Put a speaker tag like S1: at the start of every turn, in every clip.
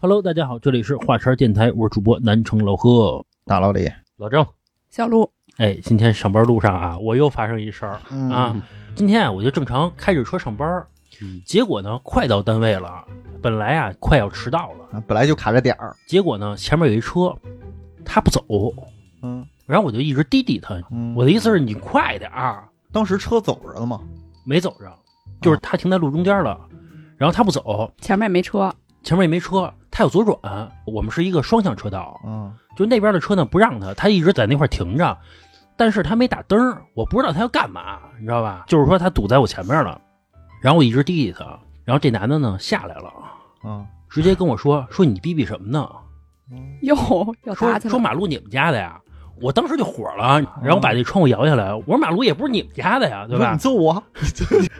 S1: Hello，大家好，这里是华山电台，我是主播南城老贺，
S2: 大老李
S1: 老郑。
S3: 小鹿，
S1: 哎，今天上班路上啊，我又发生一事儿
S2: 嗯
S1: 啊。今天啊，我就正常开着车上班，结果呢，快到单位了，本来啊快要迟到了，
S2: 啊本来就卡着点儿，
S1: 结果呢前面有一车，他不走，
S2: 嗯
S1: 然后我就一直滴滴他。
S2: 嗯
S1: 我的意思是你快点儿，
S2: 当时车走着了嘛，
S1: 没走着，就是他停在路中间了，然后他不走，
S3: 前面也没车，
S1: 前面也没车，他要左转，我们是一个双向车道，
S2: 嗯
S1: 就那边的车呢不让他，他一直在那块儿停着，但是他没打灯儿，我不知道他要干嘛，你知道吧？就是说他堵在我前面了，然后我一直滴滴他，然后这男的呢下来了，
S2: 嗯
S1: 直接跟我说说你逼逼什么呢？
S2: 嗯
S3: 又要
S1: 说
S3: 打起来
S1: 说马路你们家的呀？我当时就火了，然
S3: 哦
S1: 后把这窗户摇下来，我说马路也不是你们家的呀，对
S2: 你
S1: 吧？
S3: 嗯
S2: 揍我，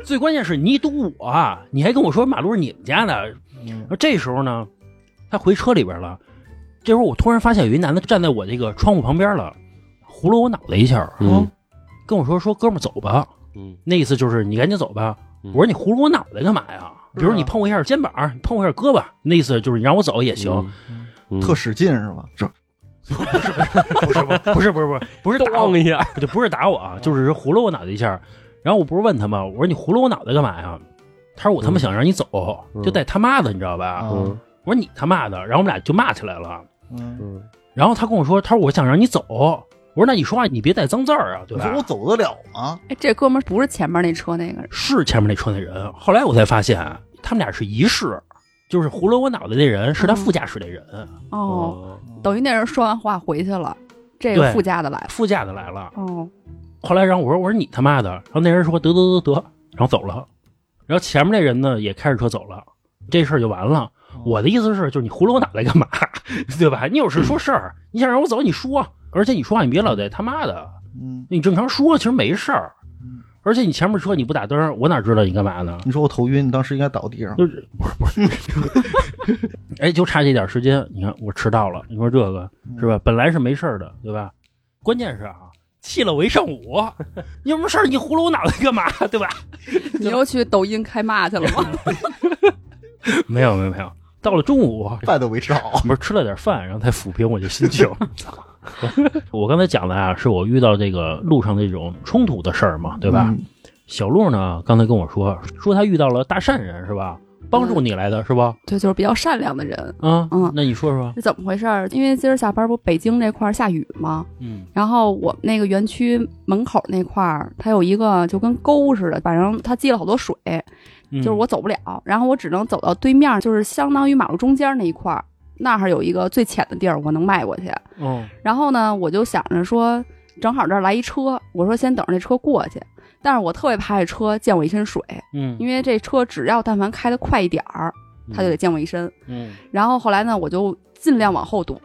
S1: 最关键是你堵我，啊你还跟我说马路是你们家的。
S2: 嗯
S1: 而这时候呢，他回车里边了。这时候我突然发现有一男的站在我这个窗户旁边了，糊了我脑袋一下，
S4: 嗯
S1: 跟我说说哥们儿走吧，
S4: 嗯
S1: 那意思就是你赶紧走吧。
S4: 嗯
S1: 我说你糊了我脑袋干嘛呀？比如你碰我一下肩膀，你碰我一下胳膊，那意思就是你让我走也行。
S4: 嗯
S2: 特使劲是吧？这
S1: 不是不是不是不是不是 不是打我
S4: 咣一下，
S1: 就不是打我啊，就是说糊了我脑袋一下。然后我不是问他吗？我说你糊了我脑袋干嘛呀？他说我他妈想让你走，
S4: 嗯
S1: 就带他妈的，你知道吧？
S2: 啊
S4: 嗯
S1: 我说你他妈的，然后我们俩就骂起来了。
S2: 嗯，
S4: 嗯
S1: 然后他跟我说，他说我想让你走。我说那你说话你别带脏字儿啊，对
S2: 我
S1: 吧
S2: 说我？走得了吗？
S3: 哎，这哥们儿不是前面那车那个人，
S1: 是前面那车那人。后来我才发现，他们俩是一室，就是糊了我脑袋那人
S2: 嗯
S1: 是他副驾驶那人，
S3: 哦，
S4: 哦
S3: 等于那人说完话回去了，这个
S1: 对
S3: 副驾的来了，
S1: 副驾的来了。
S3: 哦，
S1: 后来然后我说我说你他妈的，然后那人说得得得得，然后走了。然后前面那人呢也开着车走了，这事儿就完
S2: 哦
S1: 了。我的意思是，就是你糊了我脑袋干嘛， 对吧？你有事说事儿，你想让我走你说，而且你说话你别老在他妈的，
S2: 嗯，
S1: 你正常说其实没事儿
S2: 嗯。
S1: 而且你前面车你不打灯，我哪知道你干嘛呢？
S2: 你说我头晕，你当时应该倒地上，
S1: 就是不是不是，哎，就差这点时间，你看我迟到了，你说这个
S2: 嗯
S1: 是吧？本来是没事儿的，对吧？关键是啊，气了我一上午，你有什么事儿你糊弄我脑袋干嘛，对 吧？
S3: 你又去抖音开骂去了吗？
S1: 没有没有没有，到了中午，
S2: 嗯饭都没吃好，
S1: 不是吃了点饭，然后才抚平我这心情。 我刚才讲的啊，是我遇到这个路上的这种冲突的事儿嘛，对吧？
S2: 嗯？
S1: 小鹿呢，刚才跟我说，说他遇到了大善人是吧？帮助你来的是吧？
S3: 对，就是比较善良的人。
S1: 啊，
S3: 嗯
S1: 那你说说，
S3: 是怎么回事儿？因为今儿下班不北京这块儿下雨吗？
S1: 嗯
S3: 然后我们那个园区门口那块儿，它有一个就跟沟似的，反正它积了好多水，
S1: 嗯
S3: 就是我走不了，然后我只能走到对面，就是相当于马路中间那一块儿，那儿有一个最浅的地儿，我能迈过去。
S1: 嗯
S3: 然后呢，我就想着说，正好这儿来一车，我说先等着这车过去。但是我特别怕这车溅我一身水，
S1: 嗯，
S3: 因为这车只要但凡开得快一点儿，它就得溅我一身。
S1: 嗯
S3: 然后后来呢，我就尽量往后躲。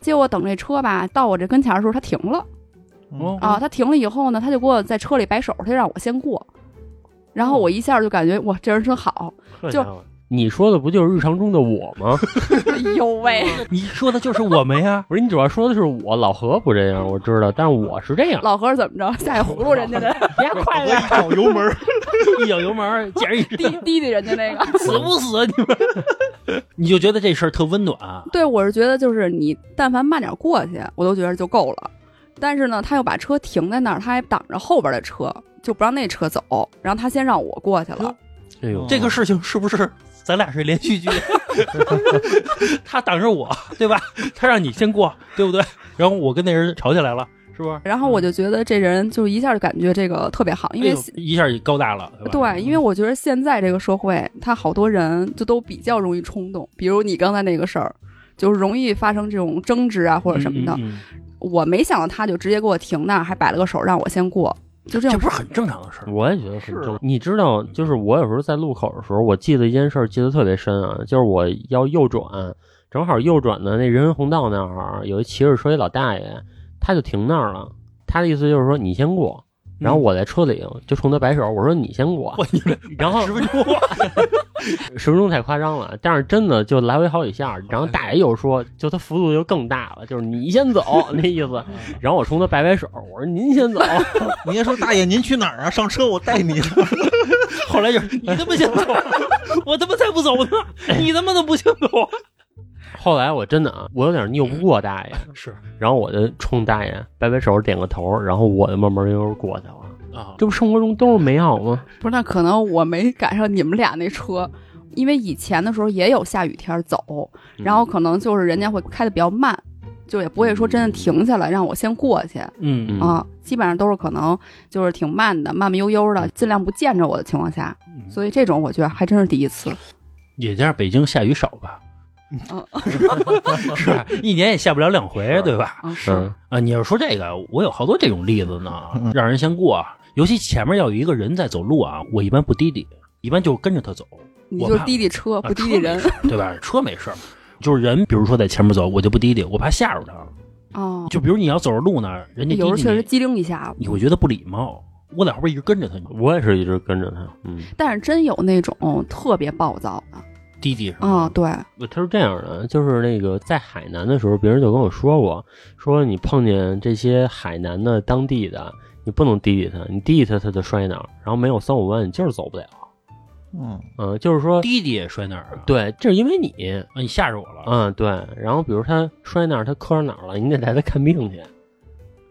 S3: 结果等这车吧到我这跟前儿的时候，它停了
S1: 哦
S3: 啊！它停了以后呢，它就给我在车里摆手，它就让我先过。然后我一下就感觉哇，这人真好！
S4: 呵
S3: 就
S4: 家伙你说的不就是日常中的我吗？。
S3: 哎呦喂，
S1: 你说的就是我们呀
S4: 不是，你主要说的是我，老何不这样，我知道，但我是这样，
S3: 老何怎么着下一葫芦人家的，
S4: 别快
S2: 我一
S4: 点，
S2: 脚 油门，
S1: 一脚油门，见人一
S3: 滴滴滴人家那个。
S1: 死不死啊你们？ 你就觉得这事儿特温暖，啊
S3: 对，我是觉得就是你但凡慢点过去，我都觉得就够了。但是呢，他又把车停在那儿，他还挡着后边的车，就不让那车走，然后他先让我过去了。
S4: 哎呦，
S1: 这个事情是不是咱俩是连续 剧？他挡着我，对吧？他让你先过，对不对？然后我跟那人吵起来了，是不是？
S3: 然后我就觉得这人就一下就感觉这个特别好，因为
S1: 嗯哎呦嗯一下就高大了，吧
S3: 对，因为我觉得现在这个社会，他好多人就都比较容易冲动，比如你刚才那个事儿，就是容易发生这种争执啊或者什么的。
S1: 嗯嗯嗯
S3: 我没想到他就直接给我停那儿，还摆了个手让我先过，就这
S1: 这
S3: 种
S1: 不是很正常的事儿？
S4: 我也觉得很
S2: 是
S4: 正。你知道，就是我有时候在路口的时候，我记得一件事儿，记得特别深啊，就是我要右转，正好右转的那人行横道那儿啊有一骑着车一老大爷，他就停那儿了。他的意思就是说你先过，然后我在车里就冲他摆手，我说嗯你先过，
S1: 我你们
S4: 然后
S1: 十分钟，
S4: 十分钟太夸张了，但是真的就来回好几下儿，然后大爷又说，就他幅度就更大了，就是你先 走那意思，然后我冲他摆摆手，我说您先 走，
S2: 你还说大爷您去哪儿啊？上车我带你。
S1: 嗯
S3: 哦
S1: 后来就是你他妈先走，我他妈才不走呢，你他妈都不先走。
S4: 后来我真的啊，我有点拗不过大爷，
S1: 是
S4: 然后我就冲大爷摆摆手，点个头，然后我就慢慢悠悠过去了。
S1: 啊，
S4: 这不生活中都是美好吗？
S3: 不是，那可能我没赶上你们俩那车，因为以前的时候也有下雨天走，然后可能就是人家会开的比较慢，就也不会说真的停下来让我先过去
S1: 嗯
S4: 嗯
S3: 啊，基本上都是可能就是挺慢的，慢慢悠悠的，尽量不见着我的情况下，
S1: 嗯，
S3: 所以这种我觉得还真是第一次。
S1: 也加上北京下雨少吧
S3: 嗯？
S1: 是吧？一年也下不了两回，
S4: 哦是
S1: 对吧？
S3: 啊，是，
S4: 嗯，
S1: 啊，你要说这个，我有好多这种例子呢
S2: 嗯，
S1: 让人先过，啊尤其前面要有一个人在走路啊，我一般不滴滴，一般就跟着他走，
S3: 你
S1: 我
S3: 就
S1: 怕
S3: 滴滴车
S1: 啊
S3: 不滴滴人
S1: 车没事对吧？车没事儿，就是人，比如说在前面走，我就不滴滴，我怕吓着他。
S3: 哦，
S1: 就比如你要走着路呢，人家
S3: 有时候
S1: 滴
S3: 确
S1: 滴
S3: 实
S1: 你，
S3: 机灵一下子
S1: 你，会觉得不礼貌，我在后边一直跟着他，
S4: 我也是一直跟着他。嗯，
S3: 但是真有那种特别暴躁的
S1: 滴滴是吧？
S3: 啊，对，
S4: 他是这样的，就是那个在海南的时候，别人就跟我说过，说你碰见这些海南的当地的，你不能滴滴他，你滴滴他他就摔哪儿，然后没有三五万你就是走不了。
S2: 嗯，
S4: 嗯，就是说，
S1: 滴滴也摔那儿啊？
S4: 对，这是因为你，
S1: 啊，你吓着我了。
S4: 嗯，对。然后比如他摔那儿，他磕着哪儿了，你得带他看病去，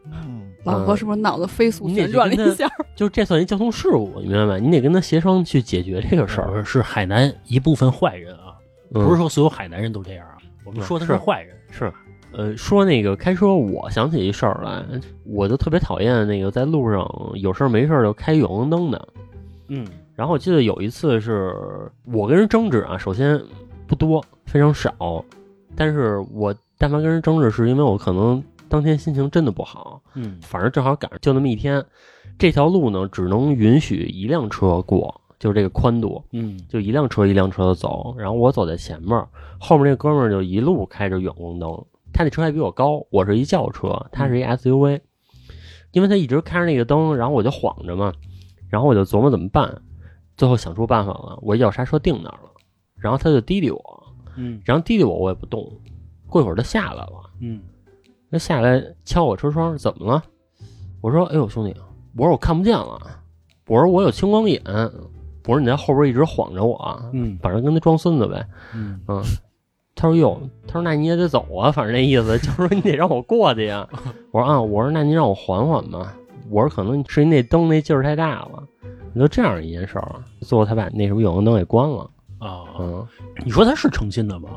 S2: 嗯
S3: 老何
S4: 嗯
S3: 是不是脑子飞速
S4: 你得
S3: 旋
S4: 去
S3: 转了
S4: 跟他
S3: 一下？
S4: 就是这算一交通事故，你明白吗？你得跟他协商去解决这个事
S1: 不
S4: 儿。
S1: 是是海南一部分坏人啊，不是
S4: 说，
S1: 说所有海南人都这样啊，我们
S4: 嗯
S1: 说他
S4: 是
S1: 是坏人，
S4: 呃，说那个开车，我想起一事儿来，我就特别讨厌那个在路上有事儿没事儿就开远光灯的。
S1: 嗯
S4: 然后我记得有一次是我跟人争执啊，首先不多，非常少，但是我但凡跟人争执，是因为我可能当天心情真的不好，
S1: 嗯
S4: 反正正好赶上就那么一天，这条路呢只能允许一辆车过，就是这个宽度，
S1: 嗯
S4: 就一辆车一辆车的走，然后我走在前面儿，后面那哥们儿就一路开着远光灯，他那车还比我高，我是一轿车，他是一 SUV，、因为他一直开着那个灯，然后我就晃着嘛，然后我就琢磨怎么办，最后想出办法了，我一脚刹车定那儿了，然后他就滴滴我，
S1: 嗯
S4: 然后滴滴我我也不动，过一会儿他下来了，
S1: 嗯
S4: 他下来敲我车窗，怎么了？我说，哎呦兄弟，我说我看不见了，我说我有青光眼，我说你在后边一直晃着我啊。
S1: 嗯
S4: 反正跟他装孙子呗。
S1: 嗯，
S4: 他说哟，他说那你也得走啊， 反正那意思就是说你得让我过去 呀。我说啊，我说那您让我缓缓吧。我说可能是你那灯那劲儿太大了，你就这样一件事儿，啊最后他把那什么远光灯给关了。
S1: 啊，
S4: 嗯，
S1: 你说他是诚心的吗？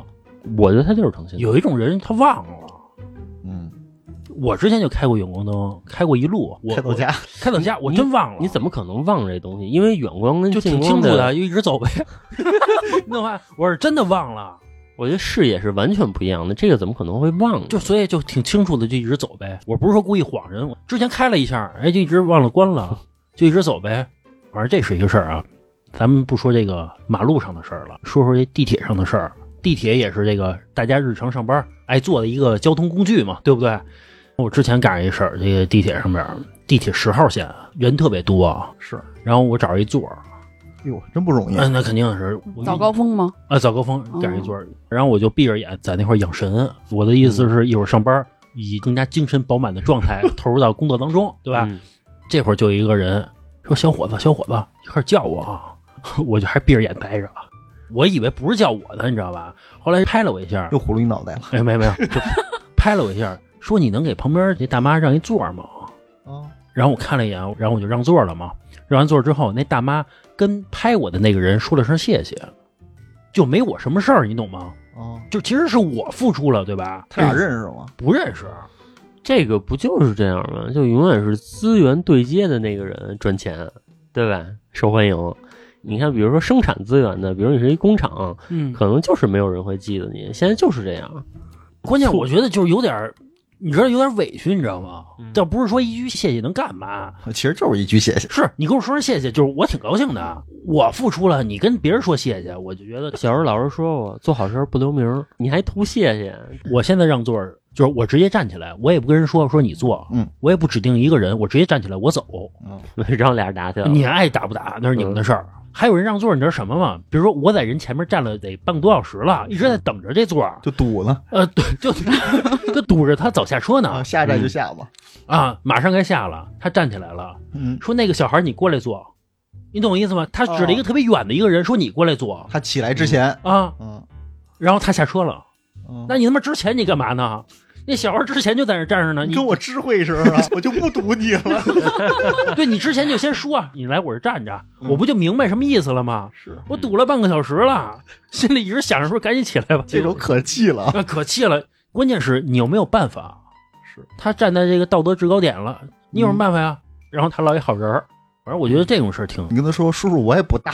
S4: 我觉得他就是诚心的。
S1: 有一种人他忘了。
S2: 嗯，
S1: 我之前就开过远光灯，开过一路，我
S2: 开 到，家，
S1: 我开到家，我真忘了。
S4: 你怎么可能忘这东西？因为远光跟
S1: 就
S4: 近
S1: 挺
S4: 光
S1: 清楚
S4: 的
S1: 的，，就一直走呗。 那话我是真的忘了，
S4: 我觉得视野是完全不一样的。这个怎么可能会忘呢？
S1: 就所以就挺清楚的，就一直走呗。我不是说故意晃人，我之前开了一下，哎，就一直忘了关了，就一直走呗。反正这是一个事儿啊，咱们不说这个马路上的事儿了，说说这地铁上的事儿。地铁也是这个大家日常上班爱坐的一个交通工具嘛，对不对？我之前赶上一事儿，这个地铁上面，地铁十号线人特别多啊，
S2: 是，
S1: 然后我找一座儿，
S2: 哟，真不容易啊
S1: 嗯、，那肯定是我
S3: 早高峰吗？
S1: 啊，早高峰赶上一座儿，然后我就闭着眼在那块儿养神。我的意思是一会儿上班，以更加精神饱满的状态投入到工作当中，对吧？
S4: 嗯
S1: 这会儿就有一个人说：“小伙子，小伙子，一块儿叫我啊！” 我就还闭着眼待着，我以为不是叫我的，你知道吧？后来拍了我一下，哎
S2: 又糊弄你脑袋了
S1: 没没没有，就拍了我一下，说：“你能给旁边这大妈让一座儿吗？”
S2: 啊，
S1: 然后我看了一眼，然后我就让座了嘛。让完座之后，那大妈跟拍我的那个人说了声谢谢，就没我什么事儿，你懂吗？
S2: 啊，
S1: 就其实是我付出了，对吧？哎
S2: 他俩认识吗？
S1: 不认识，
S4: 这个不就是这样吗？就永远是资源对接的那个人赚钱，对吧？受欢迎。你看，比如说生产资源的，比如你是一工厂，
S1: 嗯，
S4: 可能就是没有人会记得你。现在就是这样，
S1: 关键我觉得就是有点儿，你知道有点委屈，你知道吗
S4: 嗯？
S1: 倒不是说一句谢谢能干嘛，
S2: 其实就是一句谢谢，
S1: 是你跟我说声谢谢，就是我挺高兴的，我付出了，你跟别人说谢谢，我就觉得
S4: 小时候老师说过，做好事儿不留名儿，你还图谢谢？
S1: 我现在让座儿，就是我直接站起来，我也不跟人说说你坐，
S2: 嗯，
S1: 我也不指定一个人，我直接站起来我走，
S2: 嗯，
S4: 然后俩人打起来了。
S1: 你爱打不打那是你们的事儿。还有人让座，你知道什么吗？比如说我在人前面站了得半个多小时了，一直在等着这座儿，
S2: 就堵呢，
S1: 呃，对，就 就堵着他早下车呢
S2: 啊，。下一
S3: 嗯
S2: 站就下吧，
S1: 啊，马上该下了，他站起来了，
S2: 嗯，
S1: 说：“那个小孩，你过来坐。”你懂我意思吗？他指了一个特别远的一个人，说：“你过来坐。
S2: 他起来之前，
S1: 啊
S2: 嗯，”
S1: 然后他下车了，
S2: 啊嗯
S1: 那你他妈之前你干嘛呢？那小孩之前就在那站着呢，
S2: 你
S1: 你
S2: 跟我智慧似的，我就不堵你了。
S1: 对你之前就先说，你来我这站着，
S2: 嗯
S1: 我不就明白什么意思了吗？
S2: 是
S1: 我堵了半个小时 了，心里一直想着说赶紧起来吧，
S2: 这种可气了啊，
S1: 啊可气了。关键是你有没有办法？
S2: 是嗯
S1: 他站在这个道德制高点了，你有什么办法呀？然后他老一好人儿，反正我觉得这种事儿挺
S2: 你跟他说叔叔我也不大，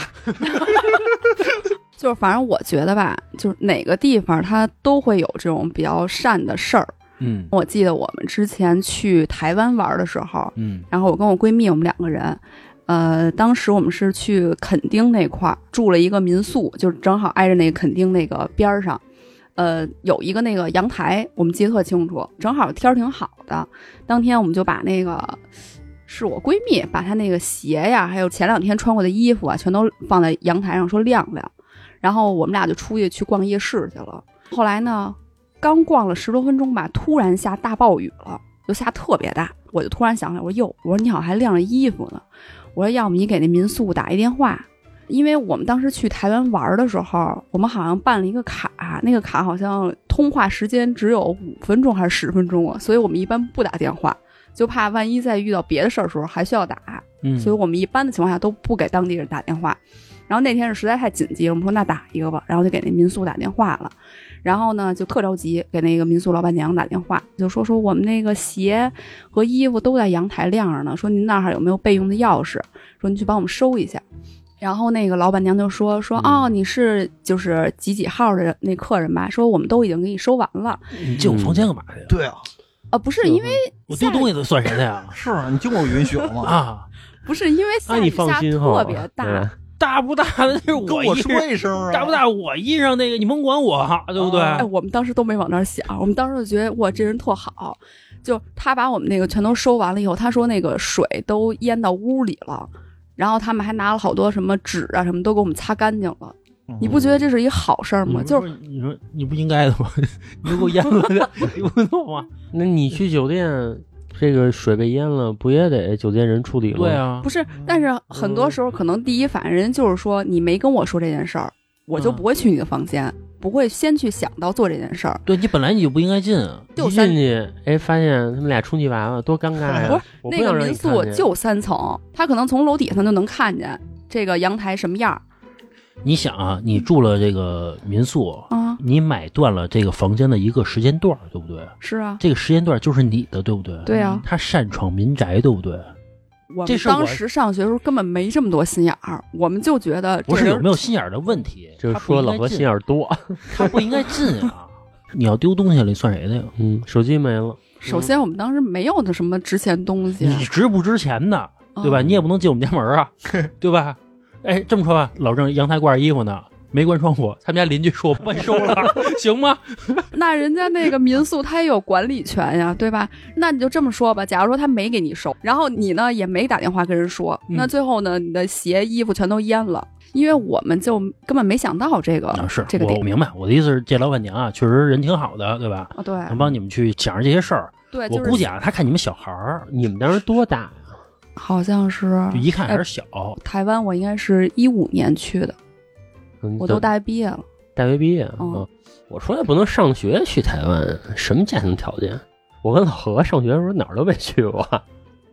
S3: 就是反正我觉得吧，就是哪个地方它都会有这种比较善的事儿。
S1: 嗯
S3: 我记得我们之前去台湾玩的时候，
S1: 嗯
S3: 然后我跟我闺蜜我们两个人，呃，当时我们是去垦丁那块儿住了一个民宿，就是正好挨着那个垦丁那个边儿上，呃，有一个那个阳台，我们记得特清楚，正好天儿挺好的，当天我们就把那个。是我闺蜜把她那个鞋呀，还有前两天穿过的衣服啊，全都放在阳台上说晾晾。然后我们俩就出去去逛夜市去了。后来呢，刚逛了十多分钟吧，突然下大暴雨了。就下特别大，我就突然想起来，我说哟，我说你好像还晾着衣服呢，我说要么你给那民宿打一电话，因为我们当时去台湾玩的时候，我们好像办了一个卡，那个卡好像通话时间只有五分钟还是十分钟啊，所以我们一般不打电话，就怕万一在遇到别的事儿的时候还需要打。
S1: 嗯，
S3: 所以我们一般的情况下都不给当地人打电话。然后那天是实在太紧急了，我们说那打一个吧，然后就给那民宿打电话了。然后呢，就特着急给那个民宿老板娘打电话，就说说我们那个鞋和衣服都在阳台晾着呢，说您那儿有没有备用的钥匙？说您去帮我们收一下。然后那个老板娘就说说
S4: 嗯
S3: 哦，你是就是几几号的那客人吧？说我们都已经给你收完了。
S1: 你进我房间干嘛去呀？
S2: 对啊，
S3: 呃，不是因为
S1: 我丢东西都算谁的呀？
S2: 是啊，你经过我允许了吗？
S1: 啊，
S3: 不是因为
S4: 那
S3: 下
S4: 你
S3: 雨
S4: 放
S3: 下
S4: 心哈，
S3: 特别大，
S4: 对
S1: 大不大的就是
S2: 跟
S1: 我
S2: 我
S1: 衣
S2: 说一声啊，
S1: 大不？大我衣裳那个你甭管我，对不对？
S3: 哎，我们当时都没往那儿想，我们当时就觉得哇，这人特好。就他把我们那个全都收完了以后，他说那个水都淹到屋里了，然后他们还拿了好多什么纸啊什么都给我们擦干净
S2: 嗯
S3: 了。你不觉得这是一好事儿吗？哎就是
S1: 是你说你不应该的吗？你给我淹了，你不弄吗？
S4: 那你去酒店，这个水被淹了，不也得酒店人处理吗？
S1: 对，啊
S3: 不，是？但是很多时候可能第一反应人就是说你没跟我说这件事儿，我就
S1: 嗯
S3: 不会去你的房间，不会先去想到做这件事儿。
S1: 对你本来你就不应该进啊。
S3: 就
S4: 一
S3: 三
S4: 进去，哎，发现他们俩充气娃娃，多尴尬呀！
S3: 不是
S4: 我
S3: 那个
S4: 想让
S3: 民
S4: 你
S3: 宿
S4: 看见
S3: 就三层，他可能从楼底下就能看见这个阳台什么样儿
S1: 你想啊，你住了这个民宿，
S3: 啊、
S1: 你买断了这个房间的一个时间段，对不对？
S3: 是啊，
S1: 这个时间段就是你的，对不对？
S3: 对啊。
S1: 他擅闯民宅，对不对？
S3: 我
S1: 这
S3: 们
S1: 是我
S3: 当时上学的时候根本没这么多心眼儿，我们就觉得
S1: 不是
S3: 这
S1: 有
S3: 人
S1: 没有心眼儿的问题，
S4: 就是说老何心眼
S1: 儿，
S4: 儿多，
S1: 他不应该进啊。 你要丢东西了，算谁的呀？
S4: 嗯， 手机没了，
S3: 首先我们当时没有那什么值钱东西，
S1: 你值不值钱呢？对吧？
S3: 啊嗯
S1: 你也不能进我们家门啊，对吧？哎，这么说吧，老郑阳台挂着衣服呢，没关窗户，他们家邻居说我没收了， 行吗？
S3: 那人家那个民宿他也有管理权呀，对吧？那你就这么说吧，假如说他没给你收，然后你呢也没打电话跟人说，
S1: 嗯
S3: 那最后呢，你的鞋、衣服全都淹了，因为我们就根本没想到这个、
S1: 啊，是
S3: 这个
S1: 我
S3: 点
S1: 我明白，我的意思是，这老板娘啊，确实人挺好的，对吧？
S3: 啊、对
S1: 能帮你们去想着这些事儿。
S3: 对，
S1: 嗯我
S3: 就
S1: 估
S3: 是
S1: 计啊，他看你们小孩儿，
S4: 你们当时多大啊呀？
S3: 好像是
S1: 就一看还是小，
S3: 台湾，我应该是一五年去的，
S4: 嗯
S3: 我都大学毕业了。
S4: 大学毕业啊
S3: 嗯！
S4: 我说也不能上学去台湾，什么家庭条件？我跟老何上学的时候哪儿都没去过，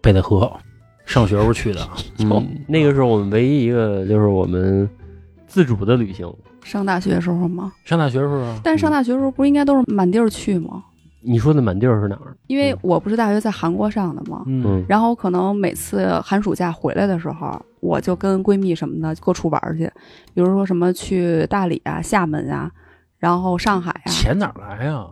S1: 北戴河上学时候去的，啊
S4: 嗯，那个是我们唯一一个就是我们自主的旅行。
S3: 上大学的时候吗？
S1: 上大学时候啊
S3: 但上大学的时候不是应该都是满地儿去吗？
S4: 你说的满地儿是哪儿？
S3: 因为我不是大学在韩国上的嘛，
S1: 嗯，
S4: 嗯，
S3: 然后可能每次寒暑假回来的时候，我就跟闺蜜什么的各处玩儿去，比如说什么去大理啊、厦门啊，然后上海啊。
S1: 钱哪儿来呀？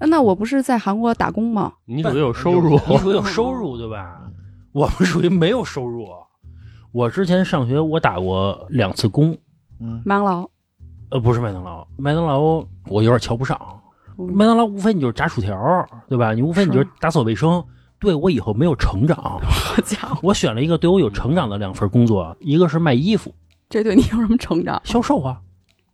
S3: 那我不是在韩国打工吗？
S4: 你得有收入，
S1: 你属于有收入对吧？ 我们属于没有收入。啊我之前上学，我打过两次工，
S2: 嗯，
S3: 麦当劳，
S1: 呃，不是麦当劳，麦当劳我有点瞧不上。
S3: 嗯
S1: 麦当劳无非你就是炸薯条，对吧？你无非你就是
S3: 是
S1: 打扫卫生。对我以后没有成 长，
S3: 好家伙，
S1: 我选了一个对我有成长的两份工作，一个是卖衣服
S3: 这对你有什么成长？
S1: 销售啊，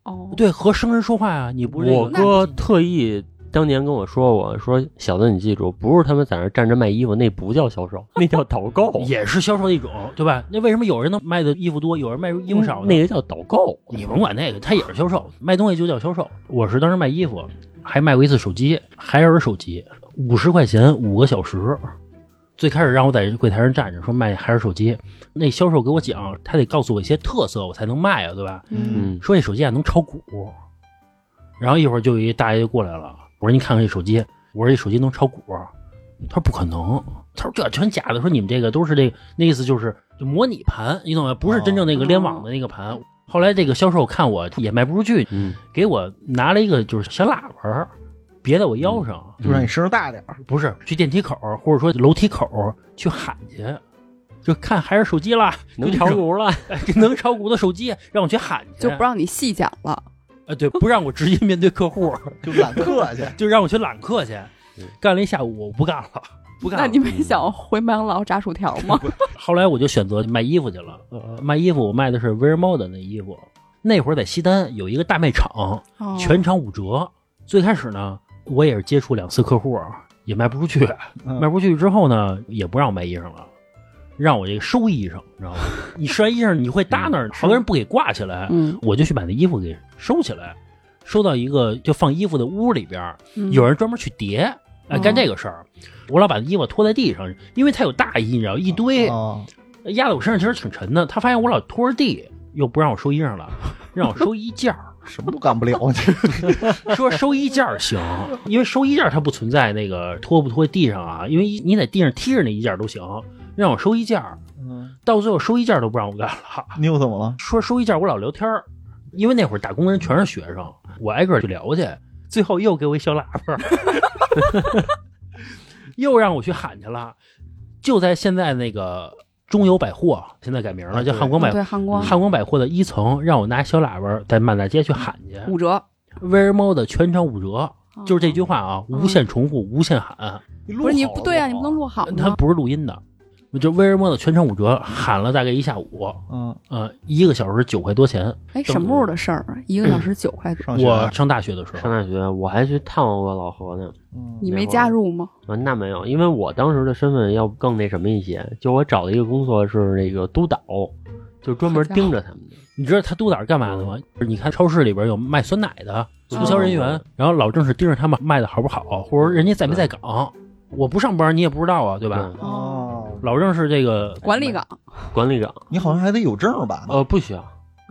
S3: 哦，
S1: 对，和生人说话啊，你不是
S4: 我
S1: 这个
S4: 哥特意当年跟我说我说小子，你记住，不是他们在那儿站着卖衣服，那不叫销售，那叫导购，
S1: 也是销售的一种，对吧？那为什么有人能卖的衣服多，有人卖衣服少呢？
S4: 那个叫导购。
S1: 你甭管那个，他也是销售，卖东西就叫销售。我是当时卖衣服，还卖过一次手机，海尔手机，五十块钱五个小时。最开始让我在柜台上站着，说卖海尔手机，那销售给我讲，他得告诉我一些特色，我才能卖啊，对吧？
S3: 嗯
S4: 嗯，
S1: 说这手机啊能炒股，然后一会儿就有一大爷就过来了，我说你看看这手机，我说这手机能炒股，啊他说不可能，他说这全假的，说你们这个都是这个，那意思就是就模拟盘，你懂吗？不是真正那个联网的那个盘。后来这个销售看我也卖不出去，
S4: 哦嗯
S1: 给我拿了一个就是小喇叭儿，别在我腰上，
S4: 嗯
S2: 就让你声儿大点儿。
S1: 不是去电梯口儿或者说楼梯口儿去喊去，就看还是手机啦，
S4: 能炒股了，
S1: 能炒股 的手机，让我去喊去，
S3: 就不让你细讲了。
S1: 呃对，不让我直接面对客户，
S2: 就揽客 去。
S1: 就让我去揽客去，干了一下午，我不干了，不干了。
S3: 那你没想回麦当劳炸薯条吗？
S1: 后来我就选择卖衣服去了，呃卖衣服我卖的是威尔猫的那衣服，那会儿在西单有一个大卖场，
S3: 哦
S1: 全场五折。最开始呢，我也是接触两次客户，啊也卖不出去，
S2: 嗯
S1: 卖不出去之后呢，也不让我卖衣裳了。让我这个收衣裳，你知道 吗？你试完衣裳你会搭那儿，好多人不给挂起来，
S3: 嗯，
S1: 我就去把那衣服给收起来，收到一个就放衣服的屋里边，
S3: 嗯
S1: 有人专门去叠，哎，
S3: 哦
S1: 干这个事儿。我老把衣服拖在地上，因为它有大衣，你知道，一堆
S3: 哦
S2: 啊，
S1: 压在我身上，其实挺沉的。他发现我老拖着地，又不让我收衣裳了，让我收衣架儿。
S2: 什么都干不了， 你
S1: 说收衣架儿行，因为收衣架儿它不存在那个拖不拖地上啊，因为你在地上踢着那衣架儿都行，让我收衣架儿。到最后收衣架儿都不让我干了。
S2: 嗯你又怎么了？
S1: 说收衣架，我老聊天儿，因为那会儿打工人全是学生，我挨个儿去聊去，最后又给我一小喇叭儿， 又让我去喊去了，就在现在那个中友百货，现在改名了，
S2: 啊
S1: 叫
S2: 对
S1: 汉光
S3: 哦
S1: 百
S3: 对汉光
S1: 汉光百货的一层，让我拿小喇叭儿在满大街去喊去，
S3: 五折，
S1: 威尔猫的全场五折，
S3: 哦
S1: 就是这句话啊，无限重复，无限喊，
S2: 你
S3: 不是你
S2: 录好了
S3: 不对
S2: 吗
S3: 啊，你不能。录好
S1: 它
S3: 呢。
S1: 不是录音的，我就威尔猫的全场五折，喊了大概一下午，
S2: 嗯，
S1: 呃，一个小时九块多钱。
S3: 哎，什么时候的事儿啊？一个小时九块
S2: 嗯
S3: 多，
S2: 上学
S4: 啊
S1: 我上大学的时候
S4: 上，大学我还去探望过老何呢。
S2: 嗯
S3: 你没加入吗？
S4: 啊，那没有，因为我当时的身份要更那什么一些，就我找了一个工作是那个督导，就专门盯着他们的。
S1: 你知道他督导是干嘛的吗？你看超市里边有卖酸奶的
S4: 嗯嗯
S1: 促销人员，然后老郑是盯着他们卖的好不好，或者人家在没在岗。我不上班，你也不知道啊，对吧？
S4: 对
S3: 哦，
S2: 哦，
S1: 老郑是这个
S3: 管理岗，
S4: 嗯管理岗，
S2: 你好像还得有证儿吧？
S4: 呃，不需要。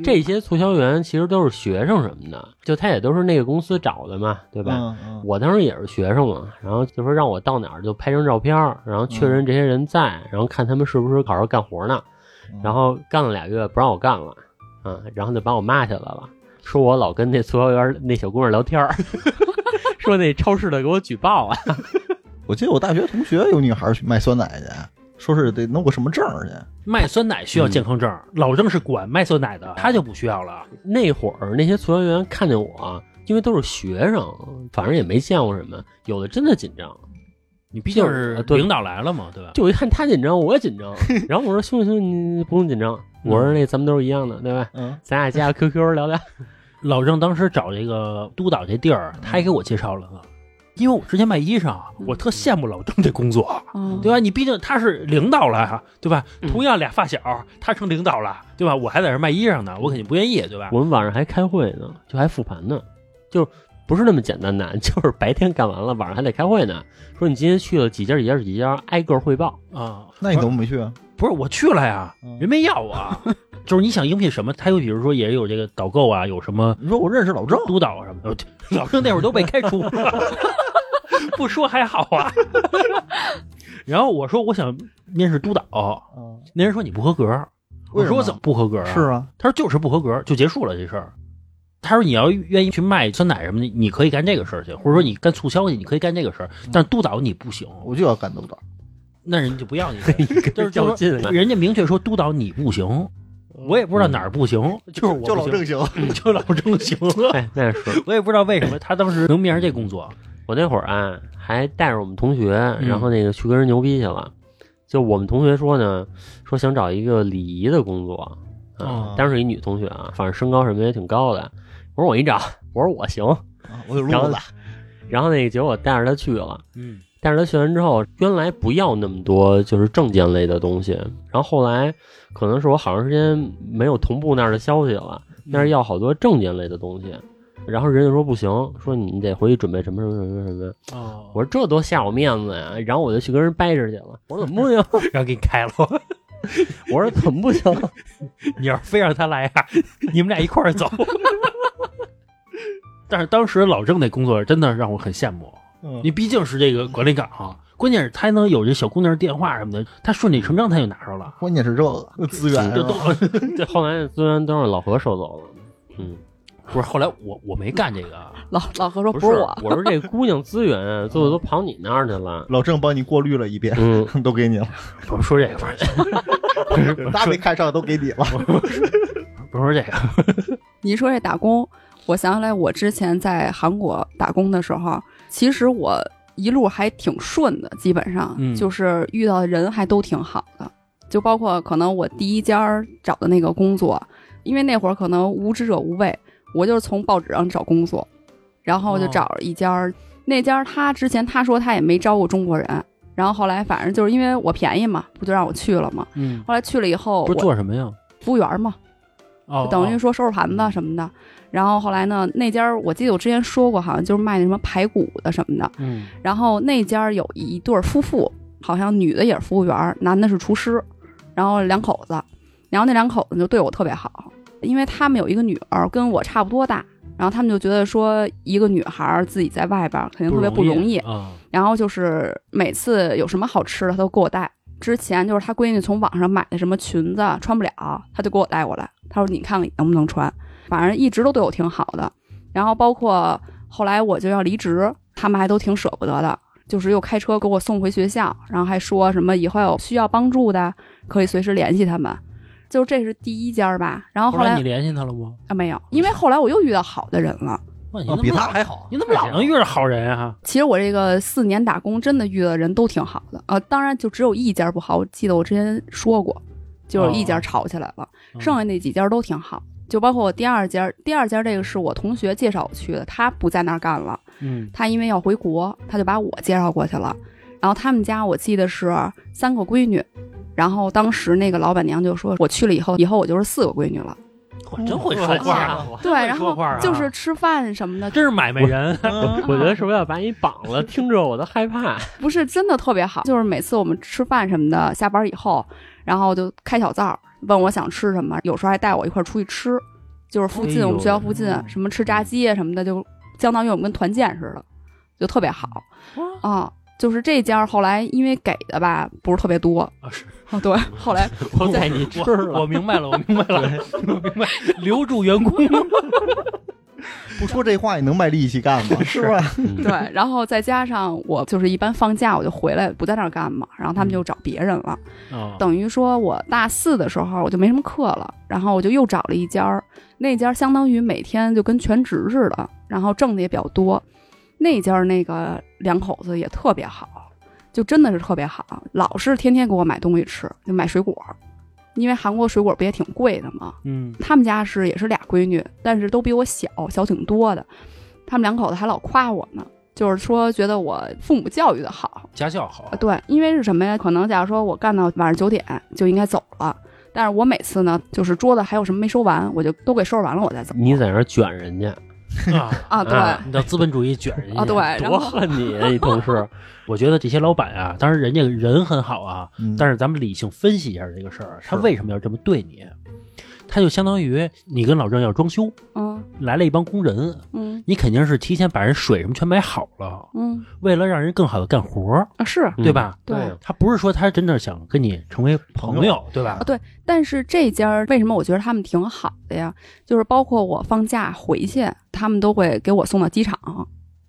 S4: 这些促销员其实都是学生什么的，就他也都是那个公司找的嘛，对吧？
S2: 嗯嗯
S4: 我当时也是学生嘛，然后就说让我到哪儿就拍张照片儿，然后确认这些人在，然后看他们是不是好好干活呢。
S2: 嗯
S4: 然后干了俩月不让我干了，啊，然后就把我骂起来了，说我老跟那促销员那小姑娘聊天儿， 说那超市的给我举报啊，
S2: 我记得我大学同学有女孩去卖酸奶去，说是得弄个什么证儿去。
S1: 卖酸奶需要健康证，
S4: 嗯
S1: 老郑是管卖酸奶的，他就不需要了。
S4: 那会儿那些促销员看见我，因为都是学生，反正也没见过什么，有的真的紧张，
S1: 你毕竟
S4: 就是
S1: 是
S4: 呃对
S1: 领导来了嘛，对吧？
S4: 就我一看他紧张，我也紧张，然后我说兄弟兄弟你不用紧张，我说那咱们都是一样的，对吧？
S2: 嗯，
S4: 咱俩加个 QQ 聊聊，
S1: 老郑当时找这个督导这地儿，他还给我介绍了
S2: 嗯
S1: 呢，因为我之前卖衣裳，啊我特羡慕老郑这工作。
S2: 嗯
S3: 哦，
S1: 对吧？你毕竟他是领导了啊，对吧？
S4: 嗯
S1: 同样俩发小，他成领导了，对吧？我还在这卖衣裳呢，我肯定不愿意，对吧？
S4: 我们晚上还开会呢，就还复盘呢，就不是那么简单的， 就是白天干完了，晚上还得开会呢。说你今天去了几家几家几家，挨个汇报。
S1: 啊、
S2: 那你怎么没去啊？
S1: 不是我去了呀
S2: 嗯，
S1: 人没要我，啊 就是你想应聘什么，他有比如说也有这个导购啊，有什么
S2: 你说我认识老郑，
S1: 督导啊什么的。我老郑那会儿都被开除 了，不说还好啊。然后我说我想面试督导，
S2: 嗯，
S1: 那人说你不合格。我
S2: 为什
S1: 说
S2: 么
S1: 我怎么不合格啊？
S2: 是啊，
S1: 他说就是不合格，就结束了这事儿。他说你要愿意去卖酸奶什么的，你可以干这个事儿去，或者说你干促销去，你可以干这个事儿，但是督导你不行，
S2: 我就要干督导。
S1: 那人就不要你。
S4: 就
S1: 就是是就
S4: 较劲
S1: 是
S2: 啊
S4: 了
S1: 说，人家明确说督导你不行，我也不知道哪儿不行，就是我
S2: 嗯就老
S1: 不
S2: 郑
S1: 行，
S2: 行，
S1: 就老郑行。
S4: 哎，那 是
S1: 我也不知道为什么他当时能面上这工作，
S4: 我那会儿啊，还带着我们同学，
S1: 嗯
S4: 然后那个去跟人牛逼去了。就我们同学说呢，说想找一个礼仪的工作啊
S1: 哦，
S4: 当时一女同学啊，反正身高什么也挺高的。我说我一找，我说我行。
S2: 啊我有路
S4: 然后
S2: 子。
S4: 然后那个结果我带着她去了，
S1: 嗯，
S4: 但是他学完之后，原来不要那么多就是证件类的东西，然后后来可嗯能是我好长时间没有同步那儿的消息了，但是要好多证件类的东西。然后人家说不行，说你得回去准备什么什么什么什么。
S1: 哦
S4: 我说这多下我面子呀！然后我就去跟人掰扯去了。我说怎么不行？
S1: 然后给你开了，
S4: 我说怎么不行？
S1: 你要是非让他来啊， 你们俩一块儿走。 但是当时老郑那工作真的让我很羡慕，
S2: 嗯
S1: 你毕竟是这个管理岗啊，关键是他还能有这小姑娘电话什么的，他顺理成章他就拿着了，
S2: 关键是这个资源啊
S1: 这
S2: 是
S1: 都
S2: 吧，
S4: 这后来虽然都让老何收走了，嗯，
S1: 不是。后来我我没干这个，啊
S3: 老老何说
S4: 哦不
S3: 不是我，
S4: 我说这姑娘资源啊最后都跑你那儿去 了。
S2: 老郑帮你过滤了一遍，
S4: 嗯，
S2: 都给你了，
S1: 我说这个，不是
S2: 大没看上都给你了。
S1: 不是这个，
S3: 你一说这打工，我想起来我之前在韩国打工的时候，其实我一路还挺顺的，基本上、
S1: 嗯
S3: 就是遇到的人还都挺好的，就包括可能我第一家儿找的那个工作，因为那会儿可能无知者无畏，我就是从报纸上找工作，然后就
S1: 哦
S3: 找了一家儿，那家儿他之前他说他也没招过中国人，然后后来反正就是因为我便宜嘛，不就让我去了嘛，
S1: 嗯，
S3: 后来去了以后，
S1: 不是
S3: 我
S1: 做什么呀？
S3: 服务员儿嘛，
S1: 哦，
S3: 等于
S1: 哦
S3: 说收拾盘子什么的。然后后来呢，那家儿我记得我之前说过，好像就是卖那什么排骨的什么的。
S1: 嗯，
S3: 然后那家儿有一对儿夫妇，好像女的也是服务员儿，男的是厨师，然后两口子。然后那两口子就对我特别好，因为他们有一个女儿跟我差不多大，然后他们就觉得说一个女孩儿自己在外边儿肯定特别不容易，
S1: 啊。
S3: 然后就是每次有什么好吃的，他都给我带。之前就是他闺女从网上买的什么裙子穿不了，他就给我带过来。他说：“你看看你能不能穿。”反正一直都对我挺好的。然后包括后来我就要离职，他们还都挺舍不得的，就是又开车给我送回学校，然后还说什么以后有需要帮助的可以随时联系他们。就这是第一家儿吧。然后
S1: 后
S3: 后
S1: 来
S3: 来
S1: 你联系他了吗？
S3: 啊没有，因为后来我又遇到好的人了。
S1: 哇，你
S2: 啊
S1: 怎么
S2: 比他
S1: 老
S2: 还好，
S1: 你怎么老能遇着好人啊？
S3: 其实我这个四年打工，真的遇到的人都挺好的啊、呃当然就只有一家不好。我记得我之前说过，就有一家吵起来了，
S1: 嗯
S3: 剩下那几家都挺好。就包括我第二家，第二家这个是我同学介绍我去的，他不在那儿干了，
S1: 嗯，
S3: 他因为要回国，他就把我介绍过去了。然后他们家我记得是三个闺女，然后当时那个老板娘就说，我去了以后，以后我就是四个闺女了。
S1: 我真会说话啊，
S3: 对，然
S1: 说
S3: 后
S1: 话啊
S3: 就是吃饭什么的，
S1: 真是买卖人。
S2: 嗯
S4: 我觉得是不是要把你绑了？听着我都害怕。
S3: 不是真的特别好，就是每次我们吃饭什么的，下班以后，然后就开小灶，问我想吃什么，有时候还带我一块儿出去吃，就是附近、
S1: 哎呦
S3: 我们学校附近什么吃炸鸡啊什么的，就相当于我们跟团建似的，就特别好啊。就是这家后来因为给的吧不是特别多
S1: 啊是
S3: 啊，对，后来
S4: 我带你吃
S1: 我我
S4: 了，
S1: 明白了，我明白了， 我明白，留住员工。
S2: 不说这话，你能卖力气干吗？ 是啊吧？
S3: 对，然后再加上我就是一般放假我就回来不在那儿干嘛，然后他
S1: 嗯
S3: 们就找别人了。
S1: 啊，
S3: 等于说我大四的时候我就没什么课了，然后我就又找了一家儿，那家儿相当于每天就跟全职似的，然后挣的也比较多。那家儿那个两口子也特别好，就真的是特别好，老是天天给我买东西吃，就买水果，因为韩国水果不也挺贵的嘛。
S1: 嗯，
S3: 他们家是也是俩闺女，但是都比我小，小挺多的。他们两口子还老夸我呢，就是说觉得我父母教育的好，
S1: 家教好
S3: 啊，，对，因为是什么呀？可能假如说我干到晚上九点就应该走了，但是我每次呢，就是桌子还有什么没收完，我就都给收拾完了我再走。
S4: 你在那儿卷人家
S1: 啊，
S3: 啊，对，
S4: 啊
S1: 你知道资本主义卷人家
S3: 啊对然
S4: 多
S3: 后
S4: 恨你啊！你同事，
S1: 我觉得这些老板啊，当然人家人很好啊，
S2: 嗯
S1: 但是咱们理性分析一下这个事儿，啊他为什么要这么对你？他就相当于你跟老郑要装修，
S3: 嗯
S1: 来了一帮工人，
S3: 嗯
S1: 你肯定是提前把人水什么全买好了，
S3: 嗯
S1: 为了让人更好的干活儿，
S3: 啊是，
S1: 对吧？
S3: 对
S4: 对
S1: 他不是说他真的想跟你成为朋
S2: 朋
S1: 友，对吧？
S3: 但是这家儿为什么我觉得他们挺好的呀？就是包括我放假回去，他们都会给我送到机场。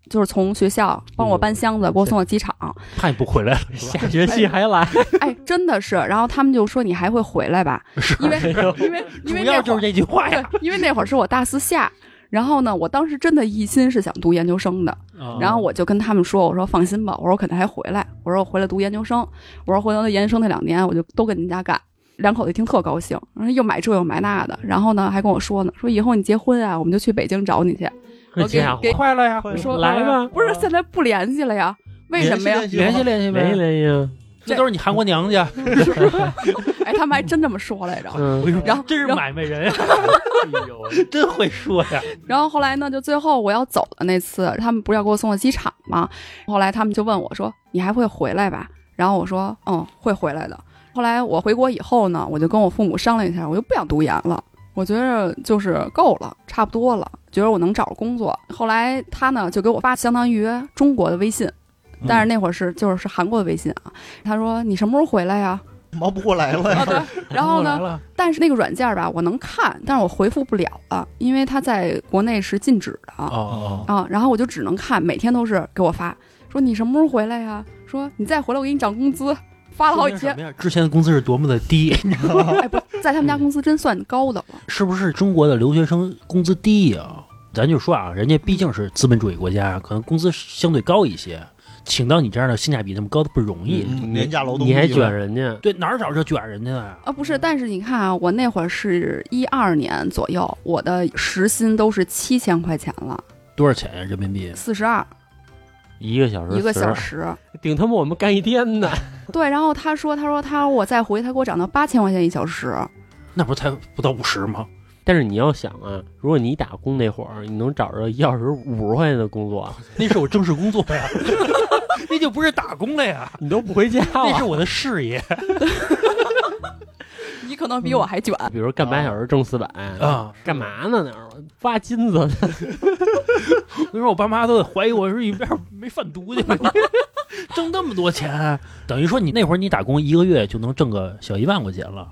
S3: 就是从学校帮我搬箱子，给我送到机场。
S1: 怕你不回来了，
S4: 下学期还 来，
S3: 哎，真的是。然后他们就说你还会回来吧？
S1: 是
S3: 因为因为因为
S1: 主
S3: 那
S1: 要
S3: 会
S1: 就
S3: 儿
S1: 是这句话呀。
S3: 对，因为那会儿是我大四下，然后呢，我当时真的一心是想读研究生的，
S1: 哦
S3: 然后我就跟他们说，我说放心吧，我说我肯定还回来，我说我回来读研究生，我说回头那研究生那两年我就都跟您家干。两口子一听特高兴，然后又买这又买那的，然后呢还跟我说呢，说以后你结婚啊，我们就去北京找你去。
S4: 这家伙
S3: 给
S1: 快了呀，
S2: 快
S3: 说
S4: 来吧
S3: 不是现在不联系了呀？为什么呀？
S2: 联
S1: 嗯
S2: 系
S1: 联系联系
S4: 没
S1: 呗。
S4: 来呀？
S1: 这都是你韩国娘家，
S3: 哎，他们还真这么说来着。
S1: 我
S4: 嗯
S1: 跟你说，
S3: 然后
S1: 真是
S3: 然后
S1: 买卖人呀，哎呦，真会说呀，
S3: 然后后来呢，就最后我要走的那次，他们不是要给我送到机场吗？后来他们就问我说：“你还会回来吧？”然后我说：“嗯，会回来的。”后来我回国以后呢，我就跟我父母商量一下，我就不想读研了，我觉着就是够了，差不多了，觉得我能找着工作。后来他呢就给我发相当于中国的微信，
S1: 嗯
S3: 但是那会儿是就是是韩国的微信啊。他说：“你什么时候回来呀、
S2: 忙不过来了
S3: 啊？”
S2: 呀。
S3: 对，然后呢
S1: 来，了？
S3: 但是那个软件吧，我能看，但是我回复不了了，因为它在国内是禁止的啊。
S1: 哦，
S3: 啊，然后我就只能看，每天都是给我发，说你什么时候回来呀？说你再回来我给你涨工资，发了好几
S1: 说明什
S3: 天
S1: 么。呀？之前的工资是多么的低，
S3: 哎，不在他们家工资真算高的了。
S1: 是不是中国的留学生工资低呀、咱就说啊，人家毕竟是资本主义国家，可能工资相对高一些，请到你这样的性价比那么高的不容易。
S2: 嗯廉价劳动力
S4: 你还
S2: 嘛
S4: 卷人家，
S1: 对，哪儿找这卷人家呀？
S3: 啊，不是，但是你看啊，我那会儿是一二年左右，我的时薪都是七千块钱了，
S1: 多少钱呀、人民币？
S3: 四十二
S4: 一个小时
S3: 一个
S4: 40
S3: 小，时。
S4: 顶他妈我们干一天呢。
S3: 对，然后他说，他说他我再回，他给我涨到八千块钱一小时。
S1: 那不是才不到五十吗？
S4: 但是你要想啊，如果你打工那会儿，你能找着一小时五十块钱的工作，
S1: 那是我正式工作 呀，那就不是打工了呀，
S4: 你都不回 家
S3: 啊
S1: 那是
S4: 了。
S1: 我的事业
S3: 你可能比我还卷。
S4: 比如干八小时挣四百，
S1: 啊！
S4: 干嘛呢？那儿挖金子呢，
S1: 所以说我爸妈都得怀疑我是一边没贩毒去， 挣那么多钱，等于说你那会儿你打工一个月就能挣个小一万块钱了。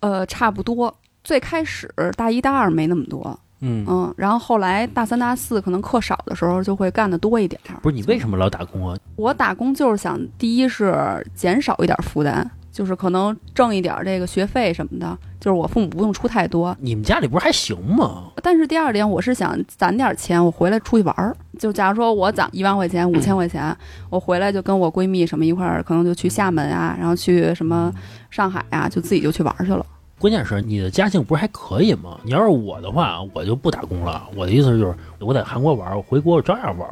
S3: 呃，差不多。最开始大一大二没那么多，
S1: 嗯
S3: 嗯，然后后来大三大四可能课少的时候就会干的多一点儿。
S1: 不是你为什么老打工啊？
S3: 我打工就是想，第一是减少一点负担，就是可能挣一点这个学费什么的，就是我父母不用出太多。
S1: 你们家里不是还行吗？
S3: 但是第二点，我是想攒点钱，我回来出去玩儿。就假如说我攒一万块
S1: 嗯
S3: 钱、五千块钱，我回来就跟我闺蜜什么一块儿，可能就去厦门啊，然后去什么上海啊，就自己就去玩儿去了。
S1: 关键是你的家境不是还可以吗？你要是我的话，我就不打工了。我的意思就是，我在韩国玩，我回国我照样玩。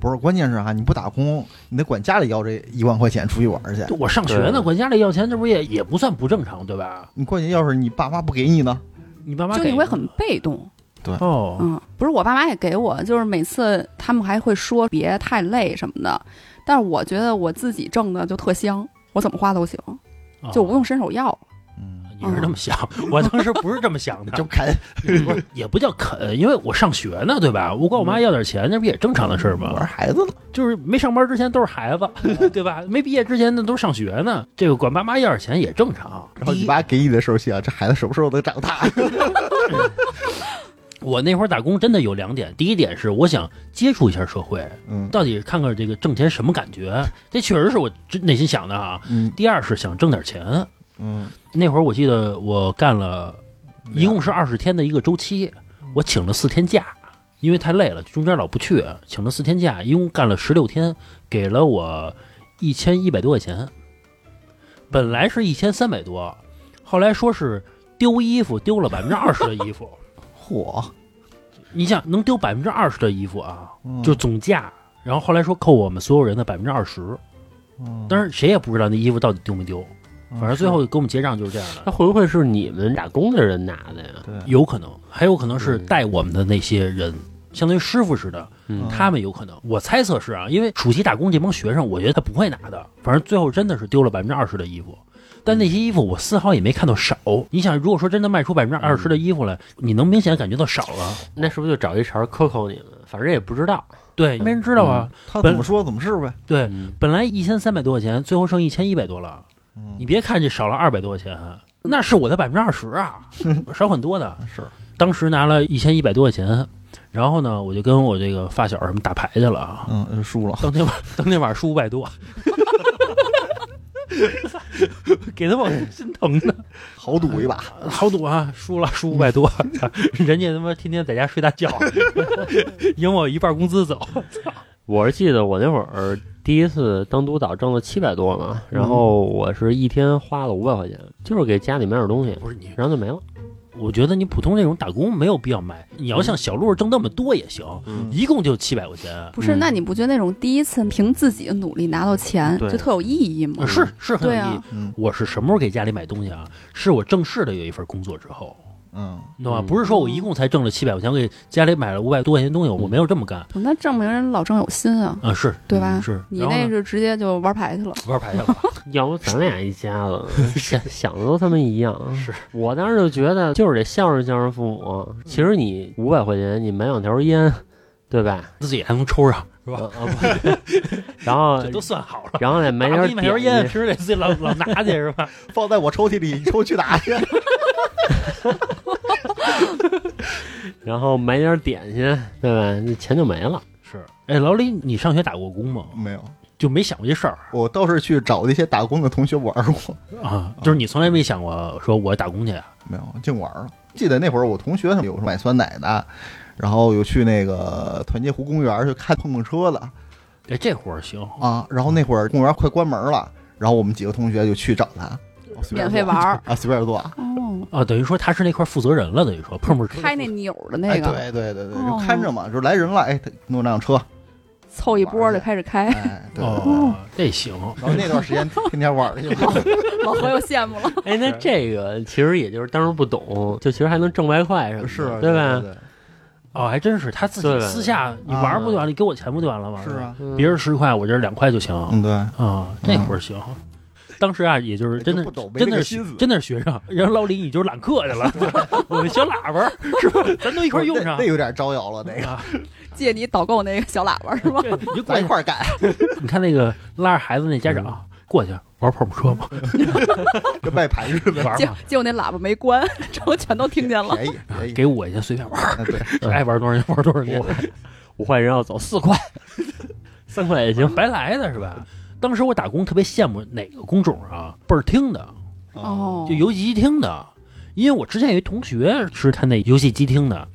S2: 不是，关键是啊，你不打工，你得管家里要这一万块钱出去玩去。
S1: 就我上学呢，
S4: 对
S1: 管家里要钱，这不也也不算不正常，对吧？
S2: 你关键要是你爸妈不给你呢，
S1: 你爸妈
S3: 就
S1: 给
S3: 你会
S1: 吗
S3: 很被动，
S1: 哦，
S3: 嗯，不是我爸妈也给我，就是每次他们还会说别太累什么的，但是我觉得我自己挣的就特香，我怎么花都行，
S1: 哦
S3: 就无用伸手要。
S2: 嗯，
S1: 你是这么想，我当时不是这么想的，
S2: 就啃。
S1: 不是也不叫啃，因为我上学呢，对吧？我管我妈要点钱，那不也正常的事儿
S2: 嗯玩嗯
S1: 吗？
S2: 孩子了，
S1: 就是没上班之前都是孩子，对吧？没毕业之前那都是上学呢，这个管爸妈要点钱也正常。
S2: 然后
S1: 第
S2: 你
S1: 一
S2: 爸给你的时候想，这孩子什么时候能长 大？
S1: 我那会儿打工真的有两点，第一点是我想接触一下社会，
S2: 嗯
S1: 到底看看这个挣钱什么感觉，这确实是我真内心想的啊。
S2: 嗯
S1: 第二是想挣点钱，
S2: 嗯，
S1: 那会儿我记得我干了一共是二十天的一个周期，
S2: 嗯
S1: 我请了四天假，因为太累了，中间老不去，请了四天假，一共干了十六天，给了我一千一百多块钱。本来是一千三百多，后来说是丢衣服丢了百分之二十的衣服，
S2: 嚯，
S1: 你想能丢百分之二十的衣服啊，
S2: 嗯
S1: 就总价。然后后来说扣我们所有人的百分之二十，
S2: 嗯
S1: 但是谁也不知道那衣服到底丢没丢，
S2: 嗯
S1: 反正最后给我们结账就是这样的。
S4: 那会不会是你们打工的人拿的呀？
S2: 对，
S1: 有可能，还有可能是
S4: 嗯
S1: 带我们的那些人，相当于师傅似的，
S4: 嗯
S1: 他们有可能。我猜测是啊，因为暑期打工这帮学生，我觉得他不会拿的，反正最后真的是丢了百分之二十的衣服。但那些衣服我丝毫也没看到少。你想，如果说真的卖出百分之二十的衣服来，你能明显感觉到少了。
S4: 那是不是就找一茬儿克扣你们？反正也不知道。
S1: 对，没人知道啊。
S2: 他怎么说怎么是呗。
S1: 对，
S4: 嗯
S1: 本来一千三百多块钱，最后剩一千一百多了。你
S2: 嗯，
S1: 别看这少了二百多块钱，啊那是我的百分之二十 啊，少很多 的。
S2: 是，
S1: 当时拿了一千一百多块钱，然后呢，我就跟我这个发小什么打牌去了啊。
S2: 嗯，输了。
S1: 当天晚当天晚上输五百 多，给他们心疼的，
S2: 豪赌一把，
S1: 好赌啊，输了输五百多，人家他妈天天在家睡大觉， 赢我一半工资走。
S4: 我是记得我那会儿第一次当督导挣了七百多
S1: 嗯
S4: 嘛，然后我是一天花了五百块钱，就是给家里买点东西，
S1: 不是你，
S4: 然后就没了。
S1: 我觉得你普通那种打工没有必要买，你要像小鹿挣那么多也行，
S4: 嗯
S1: 一共就七百块钱，
S3: 不是，
S4: 嗯
S3: 那你不觉得那种第一次凭自己的努力拿到钱，
S4: 对
S3: 就特有意义吗
S1: 呃？是是很有
S3: 对
S1: 意
S3: 啊
S1: 义。
S2: 嗯
S1: 我是什么时候给家里买东西啊？是我正式的有一份工作之后，
S2: 嗯，
S1: 你懂吧？
S4: 嗯
S1: 不是说我一共才挣了七百块钱，我给家里买了五百多块钱东西，我没有这么干
S3: 啊那证明人老郑有 心啊，
S1: 啊，是
S3: 对吧？
S1: 是。
S3: 你
S1: 然后
S3: 那
S1: 呢
S3: 是直接就玩牌去了，
S1: 玩牌去了，
S4: 要不咱俩一 家子，想想的都他妈一样。
S1: 是嗯
S4: 我当时就觉得，就是得孝顺孝顺父母。其实你五百块钱，你买两条烟， 对吧？
S1: 自己还能抽上，是吧？
S4: 啊啊不 然后
S1: 这都算好了。
S4: 然后再买
S1: 大
S4: 点
S1: 呃逼买条
S4: 点
S1: 烟，
S4: 心
S1: 平时得自己老老拿去是吧？
S2: 放在我抽屉里，你抽去哪去？
S4: 然后买点点心，对吧？那钱就没了。
S1: 是。哎，老李，你上学打过工吗？
S2: 没有，
S1: 就没想过这事儿
S2: 我倒是去找那些打工的同学玩过，
S1: 啊？就是你从来没想过说我打工去啊？
S2: 没有，净玩了。记得那会儿我同学他们有买酸奶的，然后有去那个团结湖公园去看碰碰车的
S1: 哎，这活儿行，
S2: 啊。然后那会儿公园快关门了，然后我们几个同学就去找他，哦随便
S3: 免
S2: 坐
S3: 费玩儿。
S2: 啊，随便坐。
S3: 哦，
S1: 啊，等于说他是那块负责人了，等于说碰碰车
S3: 开那钮儿的那
S2: 哎，
S3: 个，
S2: 对对对对，
S3: 哦
S2: 就看着嘛，就是来人了，哎，他弄辆 车，
S3: 凑一波儿就开始 开，
S2: 哎，对。对对
S1: 哦，这行，
S2: 然后那段时间天天玩儿 去了，
S3: 老何又羡慕了。
S4: 哎，那
S1: 是
S4: 这个其实也就是当时不懂，就其实还能挣外快什么的，对吧？
S1: 哦，还真是他自己
S4: 对
S1: 私下你玩儿不就完了？你给我钱不就完了吗？
S2: 啊是，啊，
S4: 嗯
S1: 别人十块，我这儿两块就行
S2: 嗯，对，
S1: 啊，这活儿行。当时啊，也就是真的
S2: 就不懂没
S1: 真
S2: 那
S1: 的
S2: 个
S1: 是
S2: 心思
S1: 真的是学生，然后老李你就是揽客去了， 我们小喇叭儿是吧？咱都一
S2: 一
S1: 块儿用上
S2: 那，有点招摇了，那个，
S1: 啊，
S3: 借你导购那个小喇叭是吗？
S1: 对，你就过
S2: 咱
S1: 去
S2: 一块儿干，
S1: 你看那个拉着孩子那家长
S2: 嗯
S1: 过去玩碰碰车嘛，
S2: 跟卖盘似的，
S1: 玩
S3: 结
S1: 嘛，
S3: 结果那喇叭没关， 然后全都听见了。
S2: 便宜便宜，
S1: 给五块钱随便玩，
S2: 啊对，
S4: 嗯
S1: 爱玩多少年玩多少年，
S4: 五块人要走四块，三块也行。
S1: 白来的是吧？当时我打工特别羡慕哪个工种啊？倍儿听的，
S2: 啊
S3: 哦，
S1: 就游戏机厅的，因为我之前有一同学是看那游戏机厅的，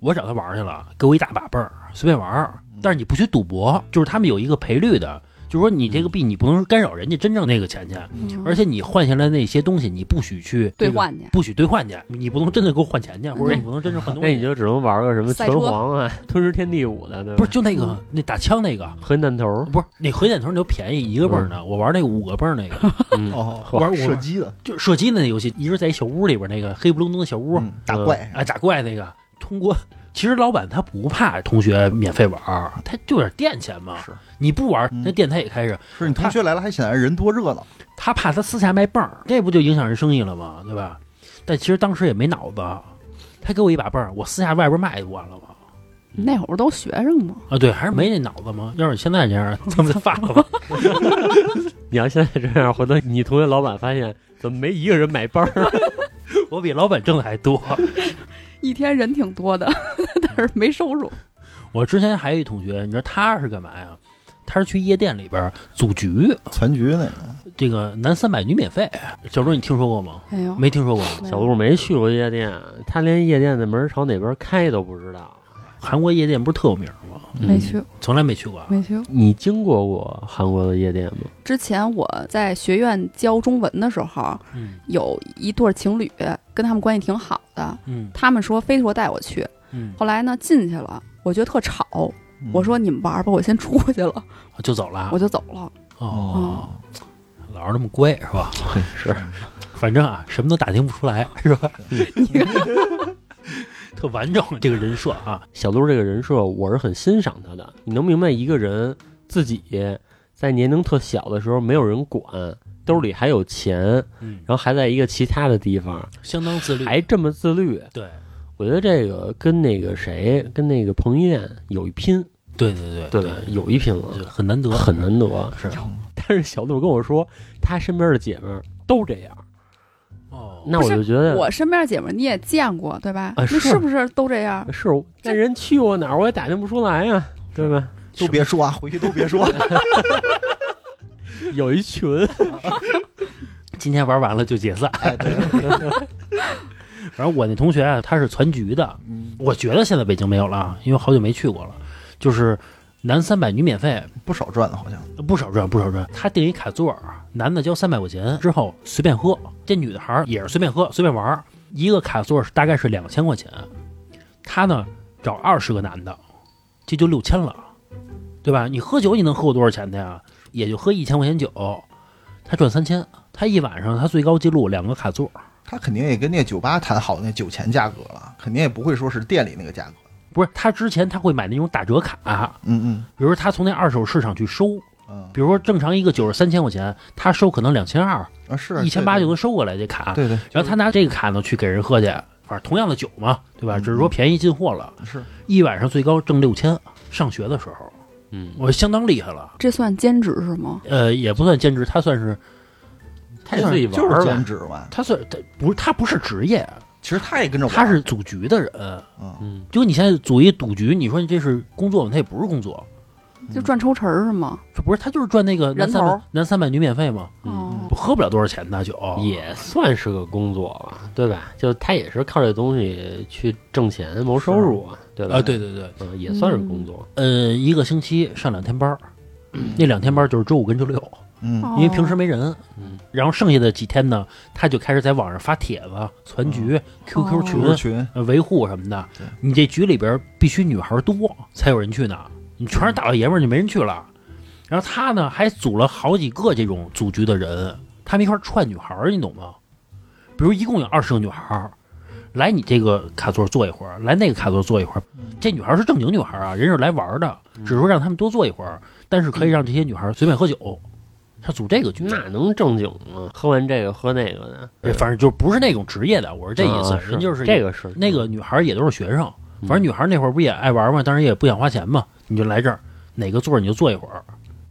S1: 我找他玩去了，给我一大把倍儿，随便玩儿，
S3: 嗯
S1: 但是你不许赌博，就是他们有一个赔率的，就是说你这个币你不能干扰人家真正那个钱去，
S3: 嗯
S1: 而且你换下来那些东西你不许去
S3: 兑
S1: 这个
S3: 换去
S1: 不许兑换去，你不能真的给我换钱去，或者
S3: 嗯
S1: 你不能真正换东
S4: 那
S1: 西
S4: 你
S1: 去。
S4: 就只能玩个什么
S3: 赛
S4: 拳
S3: 车
S4: 皇啊、吞食天地五的，对吧
S1: 不是就那个
S3: 嗯
S1: 那打枪那个，
S4: 和弹 头，
S1: 不是那回点头你就便宜一个泵儿呢，我玩那个五个泵儿 那个，
S4: 嗯，
S2: 哦，
S1: 玩我
S2: 嗯射击的，
S1: 就射击的那游戏，一直在一小屋里边那个黑不隆咚的小屋，
S2: 嗯打怪，
S1: 哎打怪那个，通过其实老板他不怕同学免费玩儿，他就点垫钱嘛，
S2: 是
S1: 你不玩儿
S2: 嗯
S1: 那店他也开着，
S2: 是你同学来了还显得人多热闹，
S1: 他怕他私下卖泵儿，这不就影响人生意了吗？对吧？但其实当时也没脑子，他给我一把泵儿，我私下外边卖不完了吗？
S3: 那会儿不都学生吗？
S1: 啊，对，还是没那脑子吗？要是现在这样，咱们就发了吧。
S4: 你要现在这样，回头你同学老板发现怎么没一个人买包儿？啊
S1: 我比老板挣的还多。
S3: 一天人挺多的， 但是没收入。
S1: 我之前还有一同学，你知道他是干嘛呀？他是去夜店里边组局，
S2: 全局那个，
S1: 这个男三百女免费。小周，你听说过吗？
S3: 哎呦，
S1: 没听说过。
S4: 小鹿没去过夜店，他连夜店的门朝哪边开都不知道。
S1: 韩国夜店不是特有名吗？
S4: 嗯
S3: 没去，
S1: 从来没去过啊。
S3: 没去。
S4: 你经过过韩国的夜店吗？
S3: 之前我在学院教中文的时候，
S1: 嗯
S3: 有一对情侣跟他们关系挺好的，
S1: 嗯
S3: 他们说非说带我去，
S1: 嗯，
S3: 后来呢进去了，我觉得特吵，
S2: 嗯
S3: 我说你们玩吧，我先出去 了，
S1: 就走了啊
S3: 我。就走了。
S1: 哦，老是那么乖是吧？
S4: 是，
S1: 反正啊，什么都打听不出来是 吧？特完整这个人设啊。
S4: 小鹿这个人设，我是很欣赏他的。你能明白一个人自己在年龄特小的时候没有人管，兜里还有钱，
S1: 嗯
S4: 然，后还在一个其他的地方，
S1: 相当自律。
S4: 还这么自律。
S1: 对
S4: 我觉得这个跟那个谁，跟那个彭于晏有一拼，
S1: 对对
S4: 对吧？有一拼了，
S1: 对，很难得，
S4: 很难得。
S1: 是
S4: 但是小鹿跟我说，他身边的姐妹儿都这样，
S1: 哦。
S4: 那我就觉得
S3: 我身边姐们儿你也见过对吧？
S4: 啊
S3: 那
S4: 是
S3: 是不是都这样？
S4: 是，那人去过哪儿我也打听不出来呀、对吧？
S2: 都别说啊，回去都别说，
S4: 有一群，
S1: 今天玩完了就解散。
S2: 哎，对，
S1: 反正我那同学啊，他是攒局的，
S2: 嗯
S1: 我觉得现在北京没有了啊，因为好久没去过了。就是男三百女免费，
S2: 不少赚的，好像，
S1: 不少赚不少赚。他订一卡座儿，男的交三百块钱之后随便喝，这女的孩儿也是随便喝随便玩儿。一个卡座是大概是两千块钱，他呢找二十个男的，这就六千了，对吧？你喝酒你能喝我多少钱的呀？也就喝一千块钱酒，他赚三千，他一晚上他最高记录两个卡座，
S2: 他肯定也跟那个酒吧谈好那酒钱价格了，肯定也不会说是店里那个价格。
S1: 不是他之前他会买那种打折卡，
S2: 嗯
S1: 比如说他从那二手市场去收，
S2: 嗯嗯
S1: 比如说正常一个酒是三千块钱，他收可能两千二、
S2: 啊是
S1: 一千八就
S2: 对
S1: 能收过来这卡，
S2: 对对
S1: 然后他拿这个卡呢去给人喝去，反正同样的酒嘛，对吧？
S2: 嗯
S1: 只是说便宜进货了，
S2: 是
S1: 一晚上最高挣六千。上学的时候，
S4: 嗯，
S1: 我相当厉害了，
S3: 这算兼职是吗？
S1: 呃，也不算兼职，他算是
S4: 他也自己玩
S2: 就
S4: 儿
S2: 是
S4: 吧
S2: 兼职嘛。
S1: 他算他不是他不是职业，
S2: 其实他也跟着玩，
S1: 他是组局的人。
S2: 嗯
S4: 嗯，
S1: 就你现在组一赌局，你说你这是工作吗？他也不是工作，嗯
S3: 就赚抽成儿是吗？
S1: 这不是他就是赚那个
S3: 人
S1: 男
S3: 头
S1: 三百男三百女免费嘛，
S3: 哦，
S1: 喝不了多少钱的酒，
S4: 也算是个工作吧，对吧？就他也是靠这东西去挣钱谋收入啊，对吧？
S1: 啊，对对对，
S4: 嗯，也算是工作。
S1: 呃，一个星期上两天班儿，那两天班儿就是周五跟周六。
S2: 嗯
S1: 因为平时没人。
S4: 嗯，
S1: 然后剩下的几天呢，他就开始在网上发帖子、攒局、QQ 群、
S2: QQ 群
S1: 呃维护什么的
S2: 对。
S1: 你这局里边必须女孩多才有人去呢，你全是大老爷们儿就没人去了。然后他呢还组了好几个这种组局的人，他们一块儿串女孩儿，你懂吗？比如一共有二十个女孩儿。来你这个卡座坐一会儿，来那个卡座坐一会儿。
S4: 嗯
S1: 这女孩儿是正经女孩儿啊，人是来玩儿的，只是说让他们多坐一会儿，但是可以让这些女孩儿随便喝酒。他组这个局，
S4: 嗯那能正经吗？喝完这个喝那个的，
S1: 对，反正就不是那种职业的，我是这意思。
S4: 啊
S1: 人就是
S4: 这个是
S1: 那个女孩也都是学生，
S4: 嗯
S1: 反正女孩那会儿不也爱玩嘛，当然也不想花钱嘛，你就来这儿哪个座儿你就坐一会儿，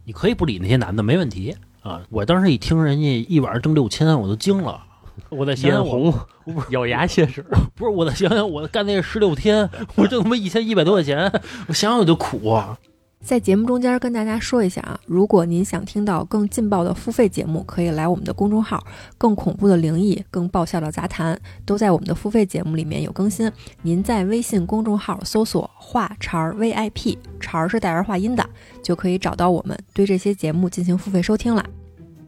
S1: 你可以不理那些男的，没问题啊。我当时一听人家一晚上挣六千，我都惊了。 我在想
S4: 眼
S1: 想我，
S4: 红， 咬牙切齿。
S1: 不是我在想想我干那十六 天，我挣他妈一千一百多块钱，我想想我就苦啊。
S5: 在节目中间跟大家说一下啊，如果您想听到更劲爆的付费节目，可以来我们的公众号，更恐怖的灵异、更爆笑的杂谈，都在我们的付费节目里面有更新。您在微信公众号搜索“话茬儿 VIP”，茬儿是带儿化音的，就可以找到我们，对这些节目进行付费收听了。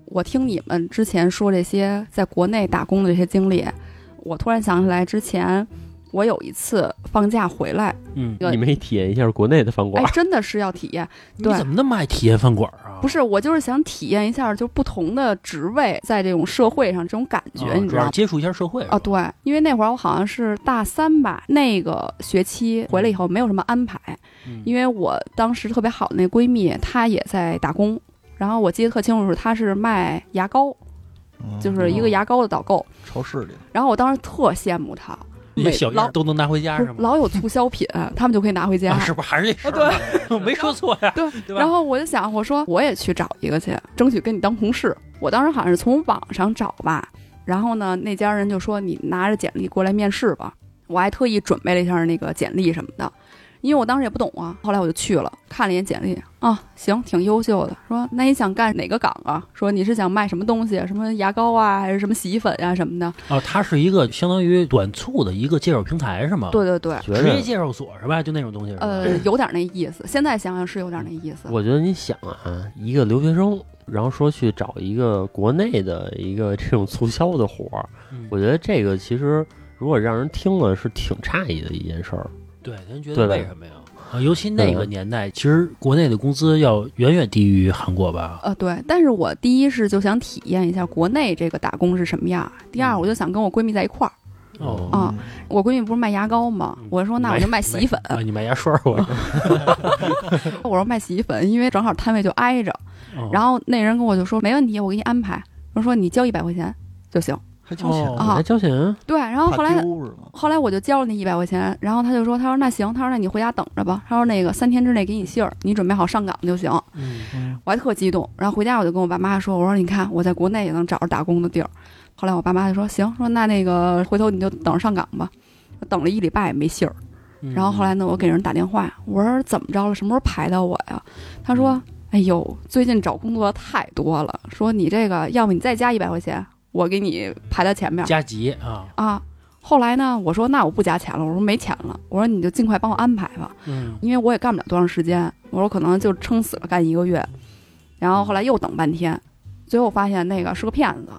S3: 我听你们之前说这些在国内打工的这些经历，我突然想起来之前。我有一次放假回来，
S1: 嗯，
S3: 对
S4: 你没体验一下国内的饭馆
S3: 哎？，真的是要体验，
S1: 你
S3: 对
S1: 怎么那么爱体验饭馆啊？
S3: 不是我就是想体验一下，就不同的职位在这种社会上这种感觉，
S1: 啊
S3: 你
S1: 主
S3: 知道
S1: 要
S3: 吗
S1: 是？接触一下社会
S3: 啊，，对，因为那会儿我好像是大三吧，那个学期回来以后没有什么安排，
S1: 嗯
S3: 因为我当时特别好的那闺蜜，她也在打工，然后我记得特清楚，她是卖牙膏，就是
S1: 哦
S3: 一个牙膏的导购，
S2: 嗯超市里
S3: 然后我当时特羡慕她，
S1: 那些小样
S3: 老
S1: 儿都能拿回家
S3: 不
S1: 是
S3: 是
S1: 吗？啊
S3: 老有促销品，他们就可以拿回 家。
S1: 啊，是不是还是那事儿？啊 对，没说错呀。
S3: 对，
S1: 对吧
S3: 然后我就想，我说我也去找一个去，争取跟你当同事。我当时好像是从网上找吧，然后呢，那家人就说你拿着简历过来面试吧。我还特意准备了一下那个简历什么的，因为我当时也不懂啊。后来我就去了，看了一眼简历啊，行，挺优秀的。说那你想干哪个岗啊？说你是想卖什么东西，什么牙膏啊，还是什么洗衣粉啊什么的？
S1: 哦，它是一个相当于短促的一个介绍平台是吗？，
S3: 对对对，
S4: 觉
S1: 职业
S4: 得，
S1: 介绍所是吧？就那种东西是吧？
S3: 呃，有点那意思。现在想想是有点那意思。
S4: 我觉得你想啊，一个留学生，然后说去找一个国内的一个这种促销的活儿，
S1: 嗯
S4: 我觉得这个其实如果让人听了是挺诧异的一件事儿。
S1: 对，人觉得
S4: 对吧
S1: 为什么呀？啊，尤其那个
S4: 对
S1: 年代，其实国内的工资要远远低于韩国吧？
S3: 呃，对，但是我第一是就想体验一下国内这个打工是什么样，第
S2: 嗯
S3: 二我就想跟我闺蜜在一块儿。
S4: 嗯
S1: 哦
S3: 啊，我闺蜜不是卖牙膏吗？
S2: 嗯
S3: 我说那我就卖洗衣粉，
S1: 啊，你买牙刷儿我。
S3: 我说卖洗衣粉，因为正好摊位就挨着。
S2: 哦
S1: 嗯
S3: 然后那人跟我就说没问题，我给你安排。我说你交一百块钱就行。
S2: 还交钱
S1: 哦，
S3: 啊
S4: 还交钱啊？
S3: 对，然后后
S2: 怕
S3: 来
S2: 丢是吗？
S3: 后来我就交了那一百块钱，然后他就说，他说那行，他说那你回家等着吧，他说那个三天之内给你信儿，你准备好上岗就行。
S1: 嗯
S3: 我还特激动，然后回家我就跟我爸妈说：“我说你看，我在国内也能找着打工的地儿。”后来我爸妈就说：“行，说那那个回头你就等着上岗吧。”我等了一礼拜也没信儿。
S1: 嗯
S3: 然后后来呢，我给人打电话，我说：“怎么着了？什么时候排到我呀？”他
S1: 嗯
S3: 说：“哎呦，最近找工作太多了，说你这个，要不你再加一百块钱，我给你排到前面
S1: 加急啊，
S3: 啊。”后来呢，我说：“那我不加钱了，我说没钱了，我说你就尽快帮我安排吧。”
S1: 嗯
S3: 因为我也干不了多长时间，我说可能就撑死了干一个月，然后后来又等半天，最后发现那个是个骗子，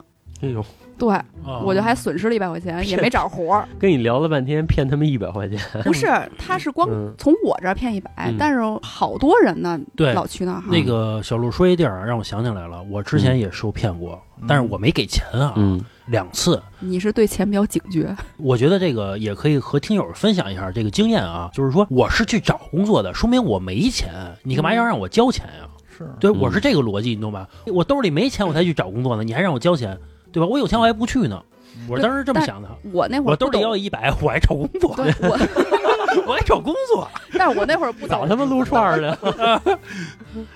S4: 哎呦，
S3: 对，
S1: 啊
S3: 我就还损失了一百块钱，也
S4: 骗
S3: 没找活儿。
S4: 跟你聊了半天，骗他们一百块钱，
S3: 不是，他是光
S4: 嗯
S3: 从我这儿骗一百、
S4: 嗯
S3: 但是好多人呢，
S1: 对
S3: 老去那儿哈。
S1: 那个小鹿说一地儿，让我想起来了，我之前也受骗过，但是我没给钱啊，
S4: 嗯，
S1: 两次。
S3: 你是对钱比较警觉，
S1: 我觉得这个也可以和听友分享一下这个经验啊，就是说我是去找工作的，说明我没钱，你干
S3: 嗯
S1: 嘛要让我交钱啊呀、
S2: 是
S1: 对，
S4: 嗯
S1: 我是这个逻辑，你懂吧？我兜里没钱我才去找工作呢，你还让我交钱，对吧？我有钱我还不去呢，我当时这么想的。
S3: 我那会
S1: 我
S3: 儿
S1: 兜
S3: 不
S1: 里
S3: 懂。
S1: 要一啊百，我还找工作，
S3: 对，我，
S1: 我还找工作。
S3: 但是我那会儿不
S4: 早
S3: 懂，
S4: 他妈撸串儿了，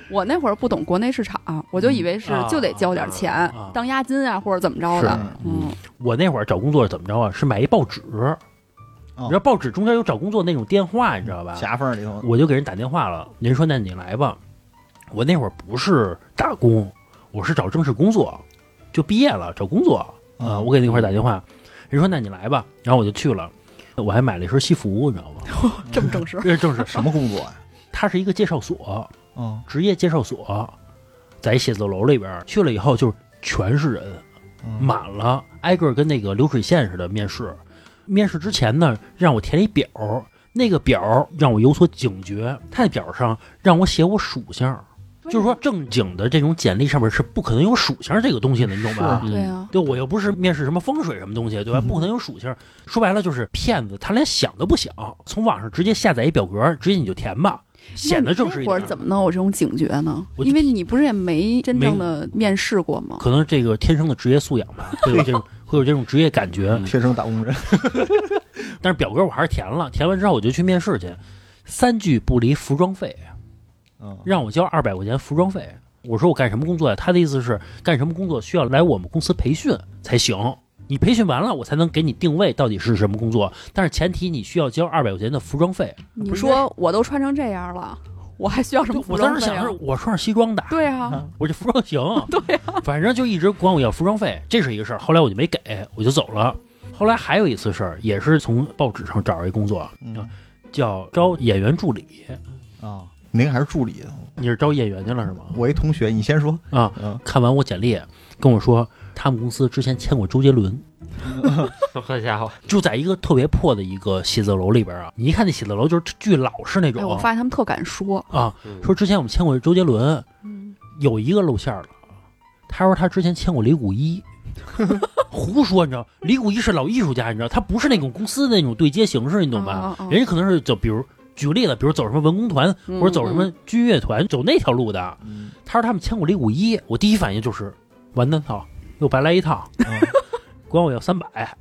S3: 我那会儿不懂国内市场，我就以为是
S1: 啊
S3: 就得交点钱、
S1: 啊啊啊
S3: 当押金啊，或者怎么着的。嗯，
S1: 我那会儿找工作是怎么着啊？是买一报纸，
S3: 哦
S1: 你知道报纸中间有找工作那种电话，你知道吧？
S2: 夹缝里头，
S1: 我就给人打电话了，人说那你来吧。我那会儿不是打工，我是找正式工作，就毕业了找工作。
S3: 哦
S1: 啊、
S2: 嗯
S1: 我给那块儿打电话，人说那你来吧，然后我就去了。我还买了一身西服，你知道 吗？
S3: 这么正式。
S1: 这是正式，
S2: 什么工作呀？
S1: 它是一个介绍所，
S2: 嗯
S1: 职业介绍所，在一写字楼里边儿去了以后，就是全是人，
S2: 嗯
S1: 满了，挨个儿跟那个流水线似的面试。面试之前呢，让我填一表儿，那个表儿让我有所警觉。他那表儿上让我写我属性，就是说正经的这种简历上面是不可能有属性这个东西的，你懂吧？
S3: 对啊，
S1: 对，我又不是面试什么风水什么东西，对吧？不可能有属性。说白了就是骗子，他连想都不想，从网上直接下载一表格，直接你就填吧，显得正式一
S3: 或
S1: 点
S3: 者。怎么能有这种警觉呢？
S1: 我就
S3: 因为你不是也没真正的面试过吗？
S1: 可能这个天生的职业素养吧，会有这种会有这种职业感觉。
S4: 嗯
S2: 天生打工人，
S1: 但是表格我还是填了，填完之后我就去面试去，三句不离服装费，
S2: 嗯，
S1: 让我交二百块钱服装费。我说我干什么工作呀、他的意思是干什么工作需要来我们公司培训才行，你培训完了我才能给你定位到底是什么工作，但是前提你需要交二百块钱的服装费。
S3: 你
S1: 不是
S3: 说我都穿成这样了，我还需要什么服
S1: 我当
S3: 装
S1: 时
S3: 费
S1: 想
S3: 啊？
S1: 是，我穿着西装的，
S3: 对啊，
S1: 我这服装行， 对啊，反正就一直管我要服装费，这是一个事儿。后来我就没给，我就走了。后来还有一次事儿，也是从报纸上找一工作，
S2: 嗯
S1: 叫招演员助理。
S2: 啊，您还是助理，
S1: 你是招演员去了是吗？
S2: 我一同学，你先说，
S1: 啊，
S2: 嗯，
S1: 看完我简历，跟我说他们公司之前签过周杰伦，
S4: 好家伙，
S1: 就在一个特别破的一个写字楼里边啊。你一看那写字楼就是巨老式那
S3: 哎，
S1: 种
S3: 我发现他们特敢说，
S1: 啊。
S4: 嗯
S1: 说之前我们签过周杰伦，
S3: 嗯，
S1: 有一个露馅儿了，他说他之前签过李谷一。 胡说，你知道，李谷一是老艺术家，你知道，他不是那种公司的那种对接形式，你懂吧？
S3: 哦哦哦
S1: 人家可能是走，比如举个例子，比如走什么文工团，
S3: 嗯
S1: 或者走什么军乐团，走那条路的。
S2: 嗯
S1: 他说他们签过李谷一，我第一反应就是完蛋操，又白来一趟，
S2: 嗯
S1: 管我要三百，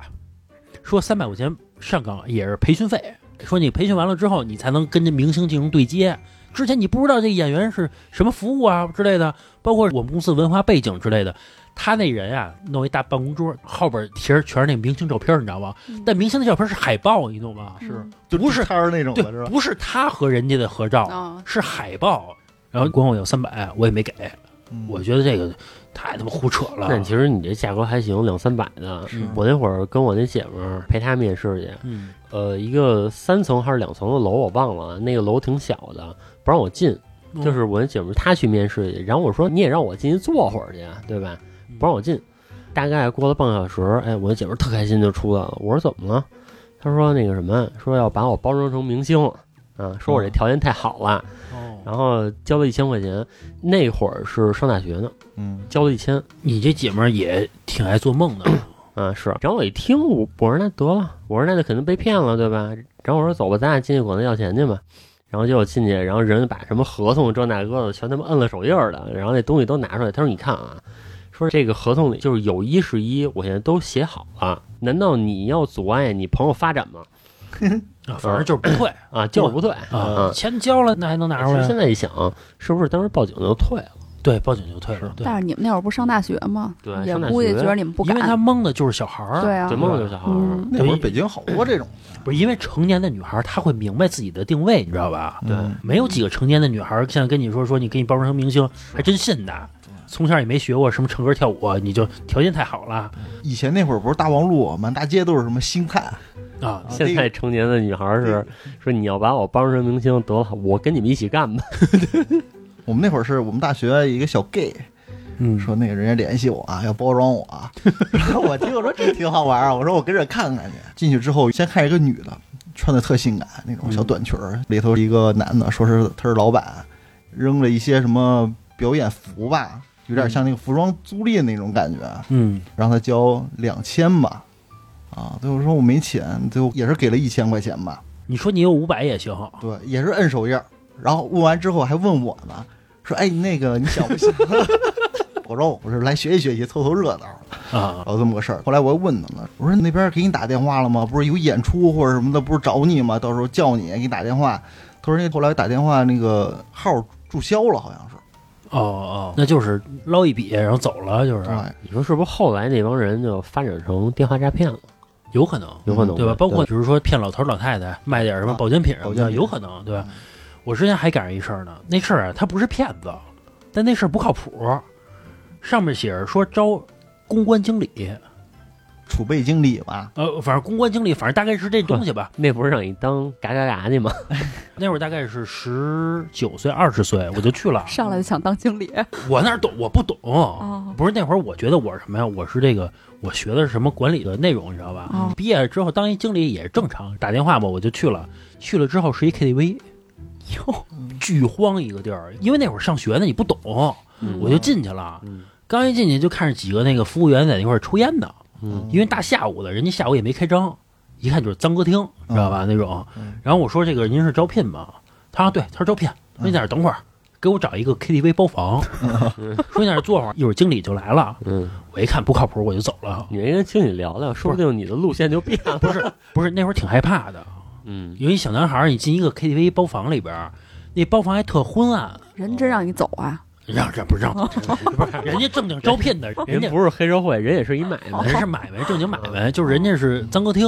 S1: 说三百块钱上岗也是培训费，说你培训完了之后，你才能跟这明星进行对接。之前你不知道这演员是什么服务啊之类的，包括我们公司文化背景之类的。他那人啊，弄一大办公桌，后边贴着全是那明星照片，你知道吗？但明星的照片是海报，你懂吗？
S2: 是
S3: 嗯
S2: 就
S1: 不是
S2: 摊儿那种
S1: 对
S2: 的是，吧？哦
S1: 不是他和人家的合照，
S3: 啊，
S1: 是海报。然后管我要三百，我也没给。
S2: 嗯
S1: 我觉得这个太他妈胡扯了。
S4: 那其实你这价格还行，两三百呢。
S2: 是
S4: 我那会儿跟我那姐们儿陪她面试去，
S1: 嗯
S4: 呃，一个三层还是两层的楼我忘了，那个楼挺小的，不让我进。
S1: 嗯
S4: 就是我那姐们儿她去面试去，然后我说你也让我进去坐会儿去，啊对吧？不让我进。大概过了半个小时，哎，我那姐们儿特开心就出来了。我说怎么了？她说那个什么，说要把我包装成明星了啊，说我这条件太好了，
S1: 哦，
S4: 然后交了一千块钱。那会儿是上大学呢，
S2: 嗯，
S4: 交了一千
S1: 你这姐们儿也挺爱做梦的。
S3: 嗯
S4: 啊，是。然后我一听，我我说那得了，我说那就肯定被骗了，对吧？然后我说走吧，咱俩进去管他要钱去吧。然后结果进去，然后人把什么合同这那个的全他妈摁了手印儿的，然后那东西都拿出来。他说：“你看啊，说这个合同里就是有一是一，我现在都写好了，难道你要阻碍你朋友发展吗？
S1: 啊，反正就是不退
S4: 啊，就是不对
S1: 啊，
S4: 啊。
S1: 钱交了那还能拿出
S4: 其实现
S1: 来？
S4: 在一想，是不是当时报警就退了？
S1: 对，报警就退了。对，啊
S3: 但是你们那会儿不上大学吗？
S4: 对
S3: 也
S4: 上大
S3: 估计
S4: 学
S3: 觉得你们不
S1: 因
S3: 敢
S1: 为，他蒙的就是小孩儿，
S3: 对，啊，
S4: 对，梦就是小孩儿。
S3: 嗯，
S2: 那会儿北京好多这种，
S1: 不是因为成年的女孩儿她会明白自己的定位，你知道吧？
S4: 对
S2: 嗯
S1: 没有几个成年的女孩儿现在跟你说说你给你包装成明星，还真信的。从小也没学过什么唱歌跳舞啊，你就条件太好了
S2: 以前那会儿不是大望路，满大街都是什么星探，
S1: 啊！
S4: 现在成年的女孩儿是说你要把我帮成明星得了，我跟你们一起干吧。
S2: 我们那会儿是我们大学一个小 gay，
S1: 嗯，
S2: 说那个人家联系我啊，要包装我啊。然后我听我说这挺好玩啊，我说我跟这看看去。进去之后，先看一个女的，穿的特性感，那种小短裙儿，里头一个男的，说是他是老板，扔了一些什么表演服吧，有点像那个服装租赁那种感觉，
S1: 嗯
S2: 让他交两千吧。啊，最后说我没钱，最后也是给了一千块钱吧。
S1: 你说你有五百也行，
S2: 对，也是摁手印儿，然后问完之后还问我呢，说：“哎，那个你想不想？” 我说：“我是来学习学习，凑凑热闹。”
S1: 啊，
S2: 然后这么个事儿。后来我又问他了，我说：“那边给你打电话了吗？不是有演出或者什么的，不是找你吗？到时候叫你给你打电话。”他说：“那后来打电话那个号注销了，好像是。
S1: 哦哦，那就是捞一笔，然后走了，就是啊
S2: 哎
S4: 你说是不是后来那帮人就发展成电话诈骗了？
S1: 有可能，
S4: 有可能
S1: 对吧？
S4: 嗯吧？
S1: 包括比如说骗老头儿老太太卖点什么
S2: 啊
S1: 保健品什么
S2: 保健
S1: 的，
S2: 品
S1: 有可能，对吧
S2: 嗯？
S1: 我之前还赶上一事儿呢，那事儿啊，他不是骗子，但那事儿不靠谱，上面写着说招公关经理，
S2: 储备经理吧，
S1: 呃，反正公关经理，反正大概是这东西吧。
S4: 那不是让你当嘎嘎嘎去吗？
S1: 那会儿大概是十九岁、二十岁，我就去了。
S3: 上来就想当经理，
S1: 我那儿懂，我不懂。
S3: 哦
S1: 不是那会儿，我觉得我是什么呀？我是这个，我学的是什么管理的内容，你知道吧？
S3: 哦
S1: 毕业之后当一经理也正常，打电话嘛，我就去了。去了之后是一 KTV，哟， 剧荒一个地儿，因为那会儿上学呢，你不懂，
S4: 嗯
S1: 我就进去了。
S4: 嗯
S1: 刚一进去就看着几个那个服务员在那块儿抽烟呢，
S4: 嗯
S1: 因为大下午的，人家下午也没开张，一看就是脏歌厅，知道吧？那种
S2: 嗯。
S1: 然后我说这个您是招聘吗？他说对，他说招聘。说你在这儿等会儿，给我找一个 KTV 包房。 说你在这儿坐会儿，一会儿经理就来了。
S4: 嗯，
S1: 我一看不靠谱，我就走了。
S4: 你应该听你聊聊，说不定你的路线就变 了。
S1: 不是不是，那会儿挺害怕的，
S4: 嗯，
S1: 因为小男孩儿，你进一个 KTV 包房里边儿，那包房还特昏暗。
S3: 人真让你走啊！
S1: 让让不让？不是，人家正经招聘的，人
S4: 人
S1: 家
S4: 不是黑社会，人也是一买卖。
S1: 人是买卖，正经买卖，就是人家是脏歌厅。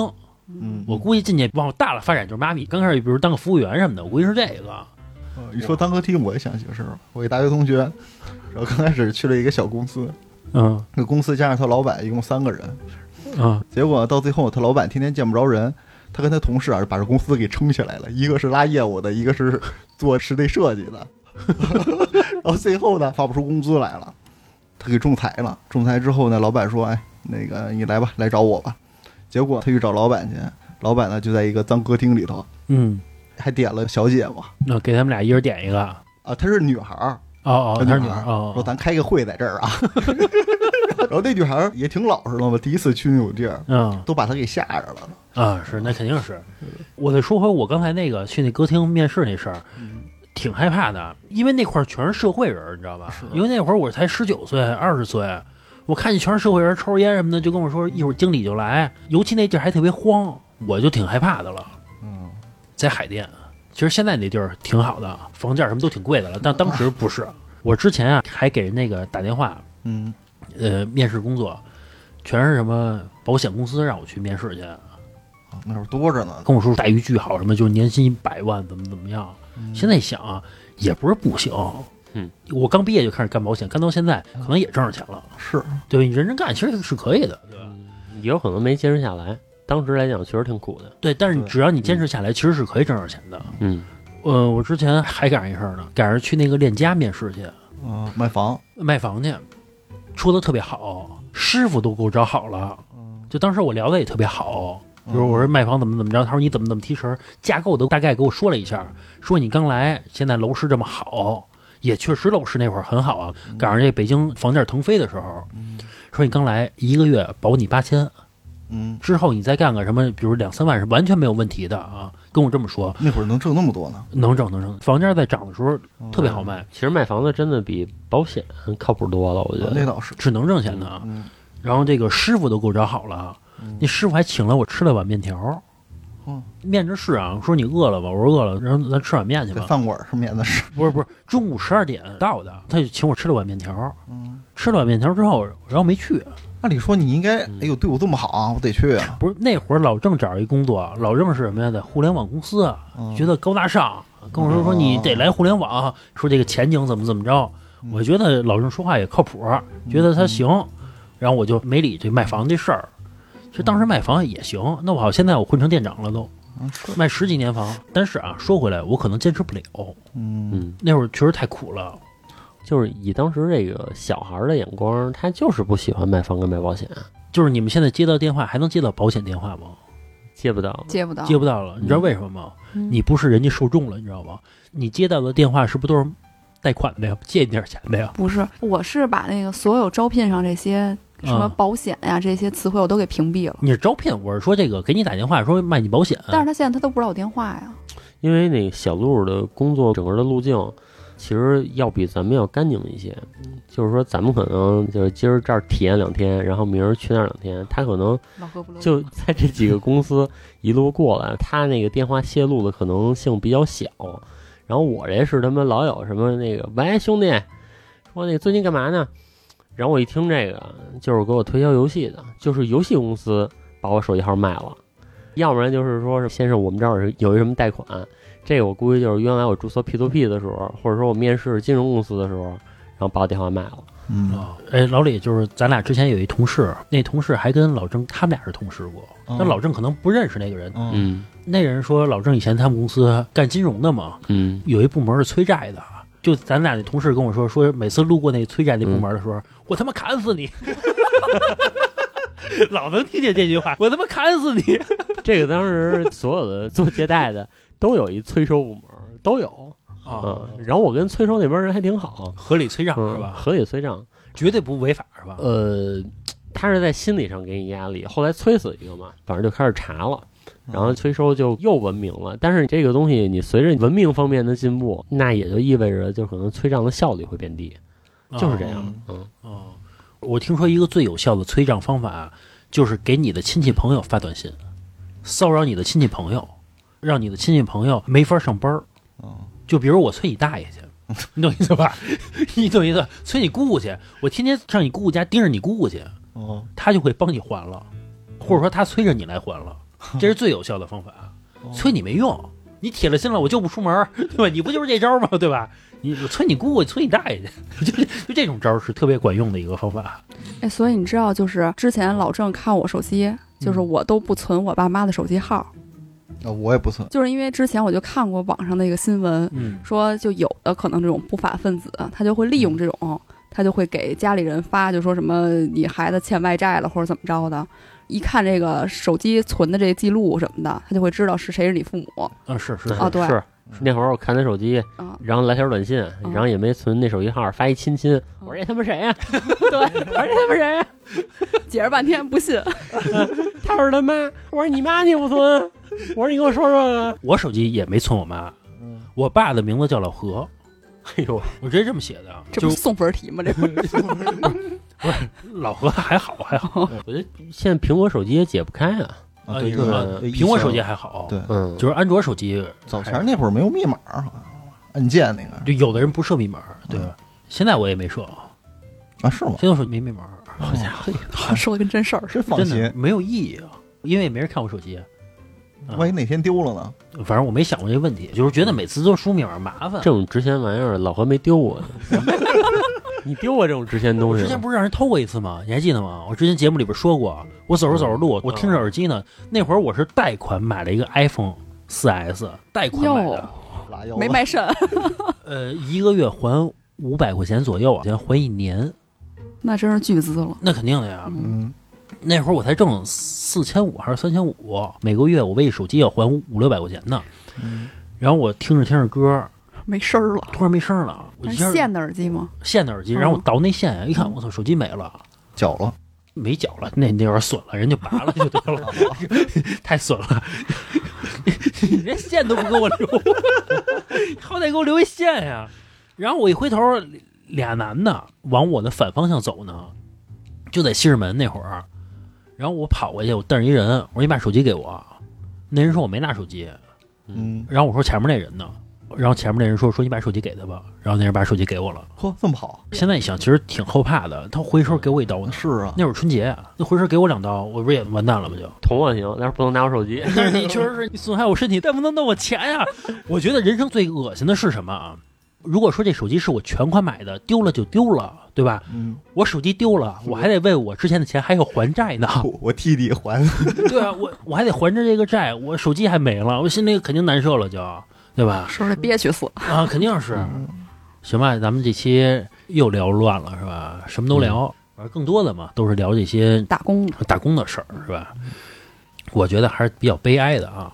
S2: 嗯，
S1: 我估计进去往大了发展就是妈咪，刚开始比如当个服务员什么的，我估计是这个。
S2: 呃一说当歌厅，我也想起个事儿。我一大学同学，然后刚开始去了一个小公司，
S1: 嗯
S2: 那公司加上他老板一共三个人，
S1: 嗯，
S2: 结果到最后，他老板天天见不着人，他跟他同事啊，把这公司给撑起来了。一个是拉业务的，一个是做室内设计的。 然后最后呢，发不出工资来了，他给仲裁了。仲裁之后呢，老板说：“哎，那个你来吧，来找我吧。”结果他去找老板去，老板呢就在一个脏歌厅里头，
S1: 嗯，
S2: 还点了小姐嘛。
S1: 那给他们俩一人点一个。
S2: 啊，她是女孩儿，
S1: 哦哦，她是女
S2: 儿
S1: 孩
S2: 说
S1: 哦，
S2: 咱开个会在这儿啊。 然后那女孩儿也挺老实的嘛，第一次去那种地儿，
S1: 嗯
S2: 都把她给吓着了。
S1: 啊，是那肯定是。我再说回我刚才那个去那歌厅面试那事儿，挺害怕的，因为那块儿全是社会人儿，你知道吧？因为那会儿我才十九岁、二十岁，我看见全是社会人儿抽着烟什么的，就跟我说一会儿经理就来，尤其那地儿还特别荒，我就挺害怕的了。
S2: 嗯。
S1: 在海淀。其实现在那地儿挺好的，房价什么都挺贵的了，但当时不是。我之前啊还给人那个打电话，
S2: 嗯
S1: 呃，面试工作，全是什么保险公司让我去面试去，
S2: 啊那会儿多着呢。
S1: 跟我说待遇巨好，什么就是年薪一百万，怎么怎么样。现在想啊，也不是不行。
S4: 嗯，
S1: 我刚毕业就开始干保险，干到现在可能也挣着钱了，
S2: 是，
S1: 对吧？你认真干其实是可以的，对吧？
S4: 也有可能没坚持下来。当时来讲确实挺苦的。
S1: 对，但是你
S2: 对
S1: 只要你坚持下来，其实是可以挣着钱的。
S4: 嗯，
S1: 呃，我之前还赶上一事儿呢，赶上去那个链家面试去，
S2: 啊，买房，
S1: 卖房去，说的特别好，师傅都给我找好了。就当时我聊的也特别好，比如我说卖房怎么怎么着，他说你怎么怎么提成，架构都大概给我说了一下，说你刚来，现在楼市这么好，也确实楼市那会儿很好啊，赶上这北京房价腾飞的时候，说你刚来一个月保你八千，
S2: 嗯，
S1: 之后你再干个什么，比如两三万是完全没有问题的啊，跟我这么说，
S2: 那会儿能挣那么多呢，
S1: 能挣能挣，房价在涨的时候特别好卖，
S4: 其实卖房子真的比保险靠谱多了，我觉
S2: 啊那
S4: 得。
S2: 倒是，
S1: 是能挣钱的啊。
S2: 嗯，
S1: 然后这个师傅都给我找好了，那师傅还请了我吃了碗面条
S2: 嗯。
S1: 面着是啊，说你饿了吧？我说饿了，然后咱吃碗面去
S2: 在
S1: 吧。
S2: 饭馆上面的是，
S1: 不是不是，中午十二点到的，他就请我吃了碗面条。
S2: 嗯，
S1: 吃了碗面条之后，然后没去。
S2: 按理说你应该，
S1: 嗯
S2: 哎呦，对我这么好啊，我得 去啊，
S1: 不是那会儿老郑找一工作，老郑是什么呀？在互联网公司啊，
S2: 嗯
S1: 觉得高大上，跟我说说你得来互联网，说这个前景怎么怎么着。我觉得老郑说话也靠谱，觉得他行，然后我就没理这卖房这事儿。其实当时卖房也行，那我好，现在我混成店长了都，卖十几年房。但是啊，说回来，我可能坚持不了，
S2: 嗯，
S4: 嗯，
S1: 那会儿确实太苦了。
S4: 就是以当时这个小孩儿的眼光，他就是不喜欢卖房跟卖保险，
S1: 就是你们现在接到电话还能接到保险电话吗？
S4: 接不到。
S3: 接不到，
S1: 接不到了，你知道为什么吗？你不是人家受众了，你知道吗？你接到的电话是不都是贷款的呀，借你点钱的呀？
S3: 不是，我是把那个所有招聘上这些什么
S1: 嗯
S3: 保险呀、这些词汇我都给屏蔽了。
S1: 你是招聘，我是说这个给你打电话说卖你保险，
S3: 但是他现在他都不知道我电话呀，
S4: 因为那个小鹿的工作整个的路径，其实要比咱们要干净一些。就是说，咱们可能就是今儿这儿体验两天，然后明儿去那儿两天，他可能
S3: 老何不乐。
S4: 就在这几个公司一路过来，他那个电话泄露的可能性比较小。然后我这是他妈老有什么那个，喂兄弟，说那个最近干嘛呢？然后我一听这个，就是给我推销游戏的，就是游戏公司把我手机号卖了，要不然就是说是先生，我们这儿有有一什么贷款，这个我估计就是原来我注册 P to P 的时候，或者说我面试金融公司的时候，然后把我电话卖了。
S2: 嗯，
S1: 啊，哎，老李，就是咱俩之前有一同事，那同事还跟老郑他们俩是同事过，
S2: 嗯
S1: 但老郑可能不认识那个人。
S2: 嗯
S4: 嗯
S1: 那人说老郑以前他们公司干金融的嘛，
S4: 嗯，
S1: 有一部门是催债的。就咱俩那同事跟我说，说每次路过那催债那部门的时候，我他妈砍死你！ 老能听见这句话，我他妈砍死你！
S4: 这个当时所有的做接待的都有一催收部门，都有。
S1: 啊
S4: 嗯，，然后我跟催收那边人还挺好，
S1: 合理催账
S4: 嗯
S1: 是吧？
S4: 合理催账。
S1: 绝对不违法是吧？
S4: 呃，他是在心理上给你压力，后来催死一个嘛，反正就开始查了。
S1: 嗯
S4: 然后催收就又文明了，但是这个东西你随着文明方面的进步，那也就意味着就可能催账的效率会变低，就是这样。嗯，
S1: 哦，我听说一个最有效的催账方法，就是给你的亲戚朋友发短信，骚扰你的亲戚朋友，让你的亲戚朋友没法上班儿。
S2: 嗯
S1: 就比如我催你大爷去，你懂意思吧？ 你懂意思？催你姑姑去，我天天上你姑姑家盯着你姑姑去，
S2: 哦
S1: 他就会帮你还了，或者说他催着你来还了，这是最有效的方法。
S2: 哦
S1: 催你没用，你铁了心了，我就不出门儿， 对吧？你不就是这招吗？ 对吧？你我催你姑，我催你大爷 去，就就这种招儿是特别管用的一个方法。
S3: 哎，所以你知道，就是之前老郑看我手机，就是我都不存我爸妈的手机号，
S2: 啊，我也不算，
S3: 就是因为之前我就看过网上的一个新闻，
S1: 嗯，
S3: 说就有的可能这种不法分子，他就会利用这种，他就会给家里人发，就说什么你孩子欠外债了或者怎么着的。一看这个手机存的这记录什么的，他就会知道是谁是你父母。
S1: 啊是是，嗯
S3: 哦对
S4: 是那会儿我看他手机，
S3: 啊，
S4: 然后来条短信，然后也没存那手机号，发一亲亲，
S3: 哦
S4: 我说这他妈谁呀、 对，我说这他妈谁呀、
S3: 解释半天不信，
S4: 他说他妈，我说你妈你不存，我说你跟我说说啊。
S1: 我手机也没存我妈，
S2: 嗯
S1: 我爸的名字叫老何，
S4: 哎呦，
S1: 我直接这么写的，啊
S3: 这不
S1: 就是
S3: 送分题吗？这不是
S1: 老何还好还好，
S4: 我觉得现在苹果手机也解不开啊。
S2: 啊，
S1: 啊
S2: 对
S1: 你
S2: 对
S1: 说
S2: 对，
S4: 对
S1: 苹果手机
S2: 疫
S1: 还好，
S2: 对
S4: 嗯，
S1: 就是安卓手机
S2: 情早前那会儿没有密码，好像按键那个
S1: 就有的人不设密码，对吧？现在我也没设，
S2: 啊，是吗？
S1: 现在我手机没密码，好家伙，
S3: 说的跟真事儿似
S2: 真放
S1: 真
S2: 心
S1: 的，没有意义啊，因为也没人看我手机。啊
S2: 万一哪天丢了呢？
S1: 反正我没想过这个问题，就是觉得每次都输密码麻烦
S4: 这。种值钱玩意儿，老何没丢过。 你丢过这种值钱东
S1: 我之
S4: 西吗
S1: 前？不是让人偷过一次吗？你还记得吗？我之前节目里边说过，我走着走着路，我听着耳机呢。那会儿我是贷款买了一个 iPhone 4S，贷款买的，
S2: 拉腰
S3: 没
S2: 了
S3: 卖肾，
S1: 呃，一个月还五百块钱左右啊，先还一年，
S3: 那真是巨资了。
S1: 那肯定的呀。
S2: 嗯，
S1: 那会儿我才挣四千五还是三千五，每个月我为手机要还五六百块钱呢。
S2: 嗯
S1: 然后我听着听着歌，
S3: 没声儿了。
S1: 突然没声儿了，我
S3: 那
S1: 一
S3: 是
S1: 下
S3: 线的耳机吗？
S1: 线的耳机，然后我
S3: 嗯
S1: 倒那线呀，一看我操，手机没了。
S2: 绞了，
S1: 没脚了，那那有点损了，人就拔了就得了，太损了，你 连线都不给我留， 好歹给我留一线呀。然后我一回头，俩男的往我的反方向走呢，就在西直门那会儿。然后我跑过去，我瞪着一人，我说：“你把手机给我。”那人说：“我没拿手机。
S2: 嗯”，
S1: 然后我说：“前面那人呢？”然后前面那人说：“说你把手机给他吧。”然后那人把手机给我了。
S2: 嚯，这么好，
S1: 现在一想，其实挺后怕的。他回头给我一刀呢。
S2: 是啊，
S1: 那会儿春节，那回身给我两刀，我不是也完蛋了吗？就，
S4: 捅我行，但是不能拿我手机。
S1: 但是你确实是你损害我身体，但不能弄我钱呀、我觉得人生最恶心的是什么啊？如果说这手机是我全款买的，丢了就丢了，对吧？
S2: 嗯，
S1: 我手机丢了，我还得为我之前的钱还要还债呢，
S2: 我我替你还，
S1: 对啊，我我还得还着这个债，我手机还没了，我心里肯定难受了就，对吧？
S3: 是不是憋屈死？
S1: 啊，肯定是。 行吧，咱们这期又聊乱了是吧？什么都聊，反正更多的嘛都是聊这些
S3: 打工的，
S1: 打工的事儿是吧？我觉得还是比较悲哀的啊。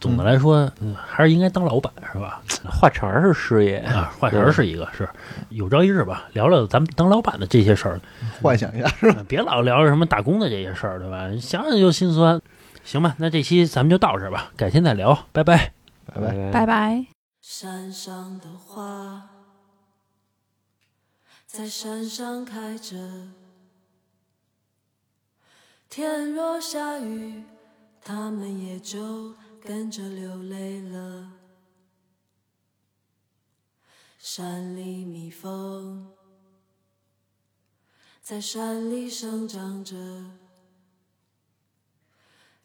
S1: 总的来说，嗯还是应该当老板是吧？
S4: 画茬儿是事业，
S1: 啊，换人是一个，是有朝一日吧，聊聊咱们当老板的这些事儿，
S2: 幻想一下，
S1: 别老聊什么打工的这些事儿，对吧？想想就心酸。行吧，那这期咱们就到这儿吧，改天再聊，拜拜。
S2: 拜拜。
S4: 拜
S3: 拜拜。
S6: 山上的花在山上开着，天若下雨，它们也就跟着流泪了。山里蜜蜂在山里生长着，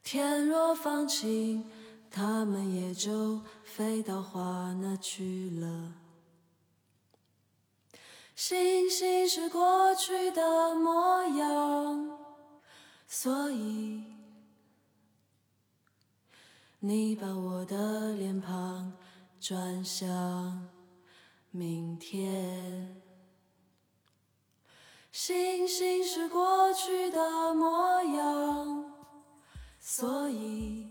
S6: 天若放晴，它们也就飞到花那去了。星星是过去的模样，所以你把我的脸庞转向明天。星星是过去的模样，所以。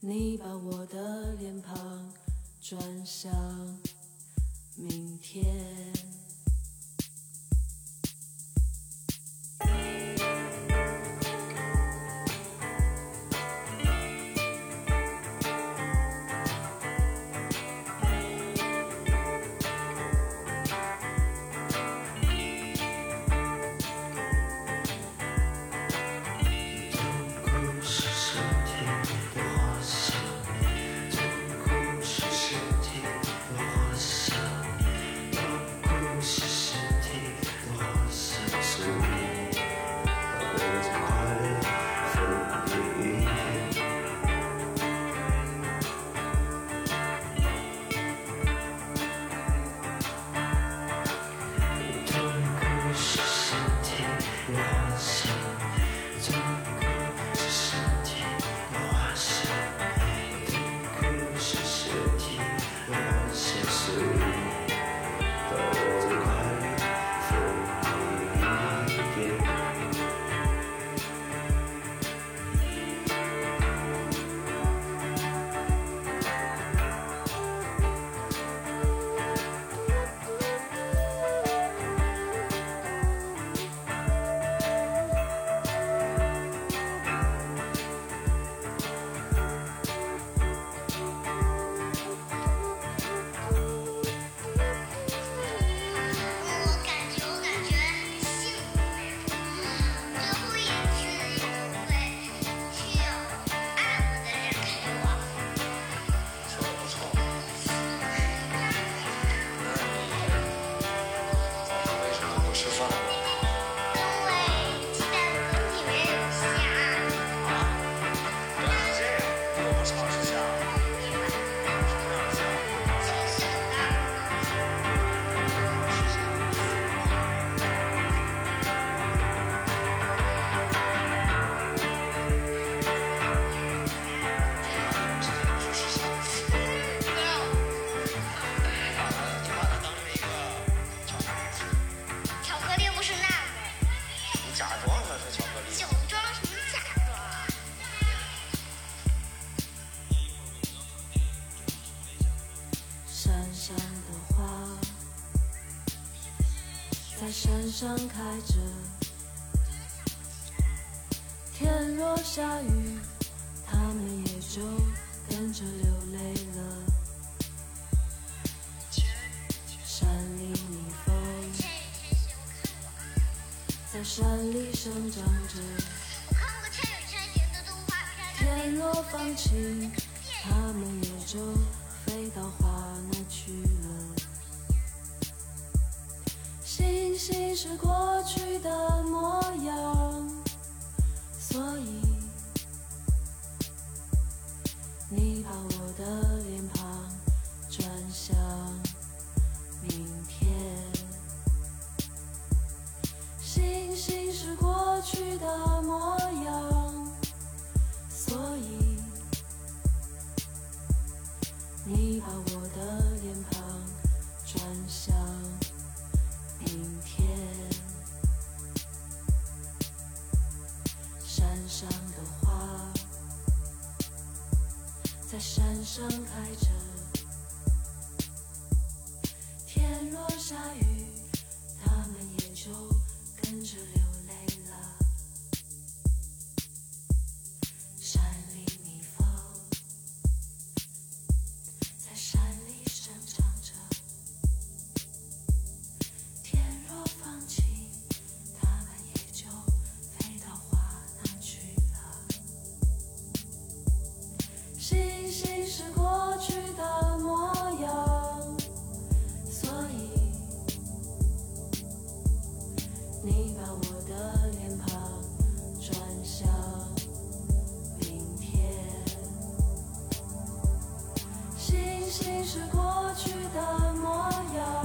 S6: 你把我的脸庞转向明天。
S7: 我感觉，我感觉幸福，这不也是因为需要爱我的人给我？说不错。
S8: 那为什么不吃饭？
S7: 因为鸡蛋壳里面有虾，
S8: 原来是这样，我不超吃虾。什么样的虾？
S7: 就是的。
S8: 就把它当成一个
S7: 巧克力不是那个，
S8: 假装它是巧克力。
S7: 酒庄什么假装？
S6: 山上的花在山上开着，天若下雨，它们也就跟着流泪了。山里蜜蜂在山里生长着，
S7: 我看过陈宇春演的动画片儿，
S6: 天若放晴，它们也就飞到花那去了。星星是过去的模样，所以你把我的脸庞转向明天。星星是过去的模样，所以你把我的脸门声开着。天若下雨，他们也就跟着流泪了。山里蜜蜂在山里生长着。天若放晴，它们也就飞到花南去了。星星是过去的模样，所以你把我的脸庞转向明天。星星是过去的模样。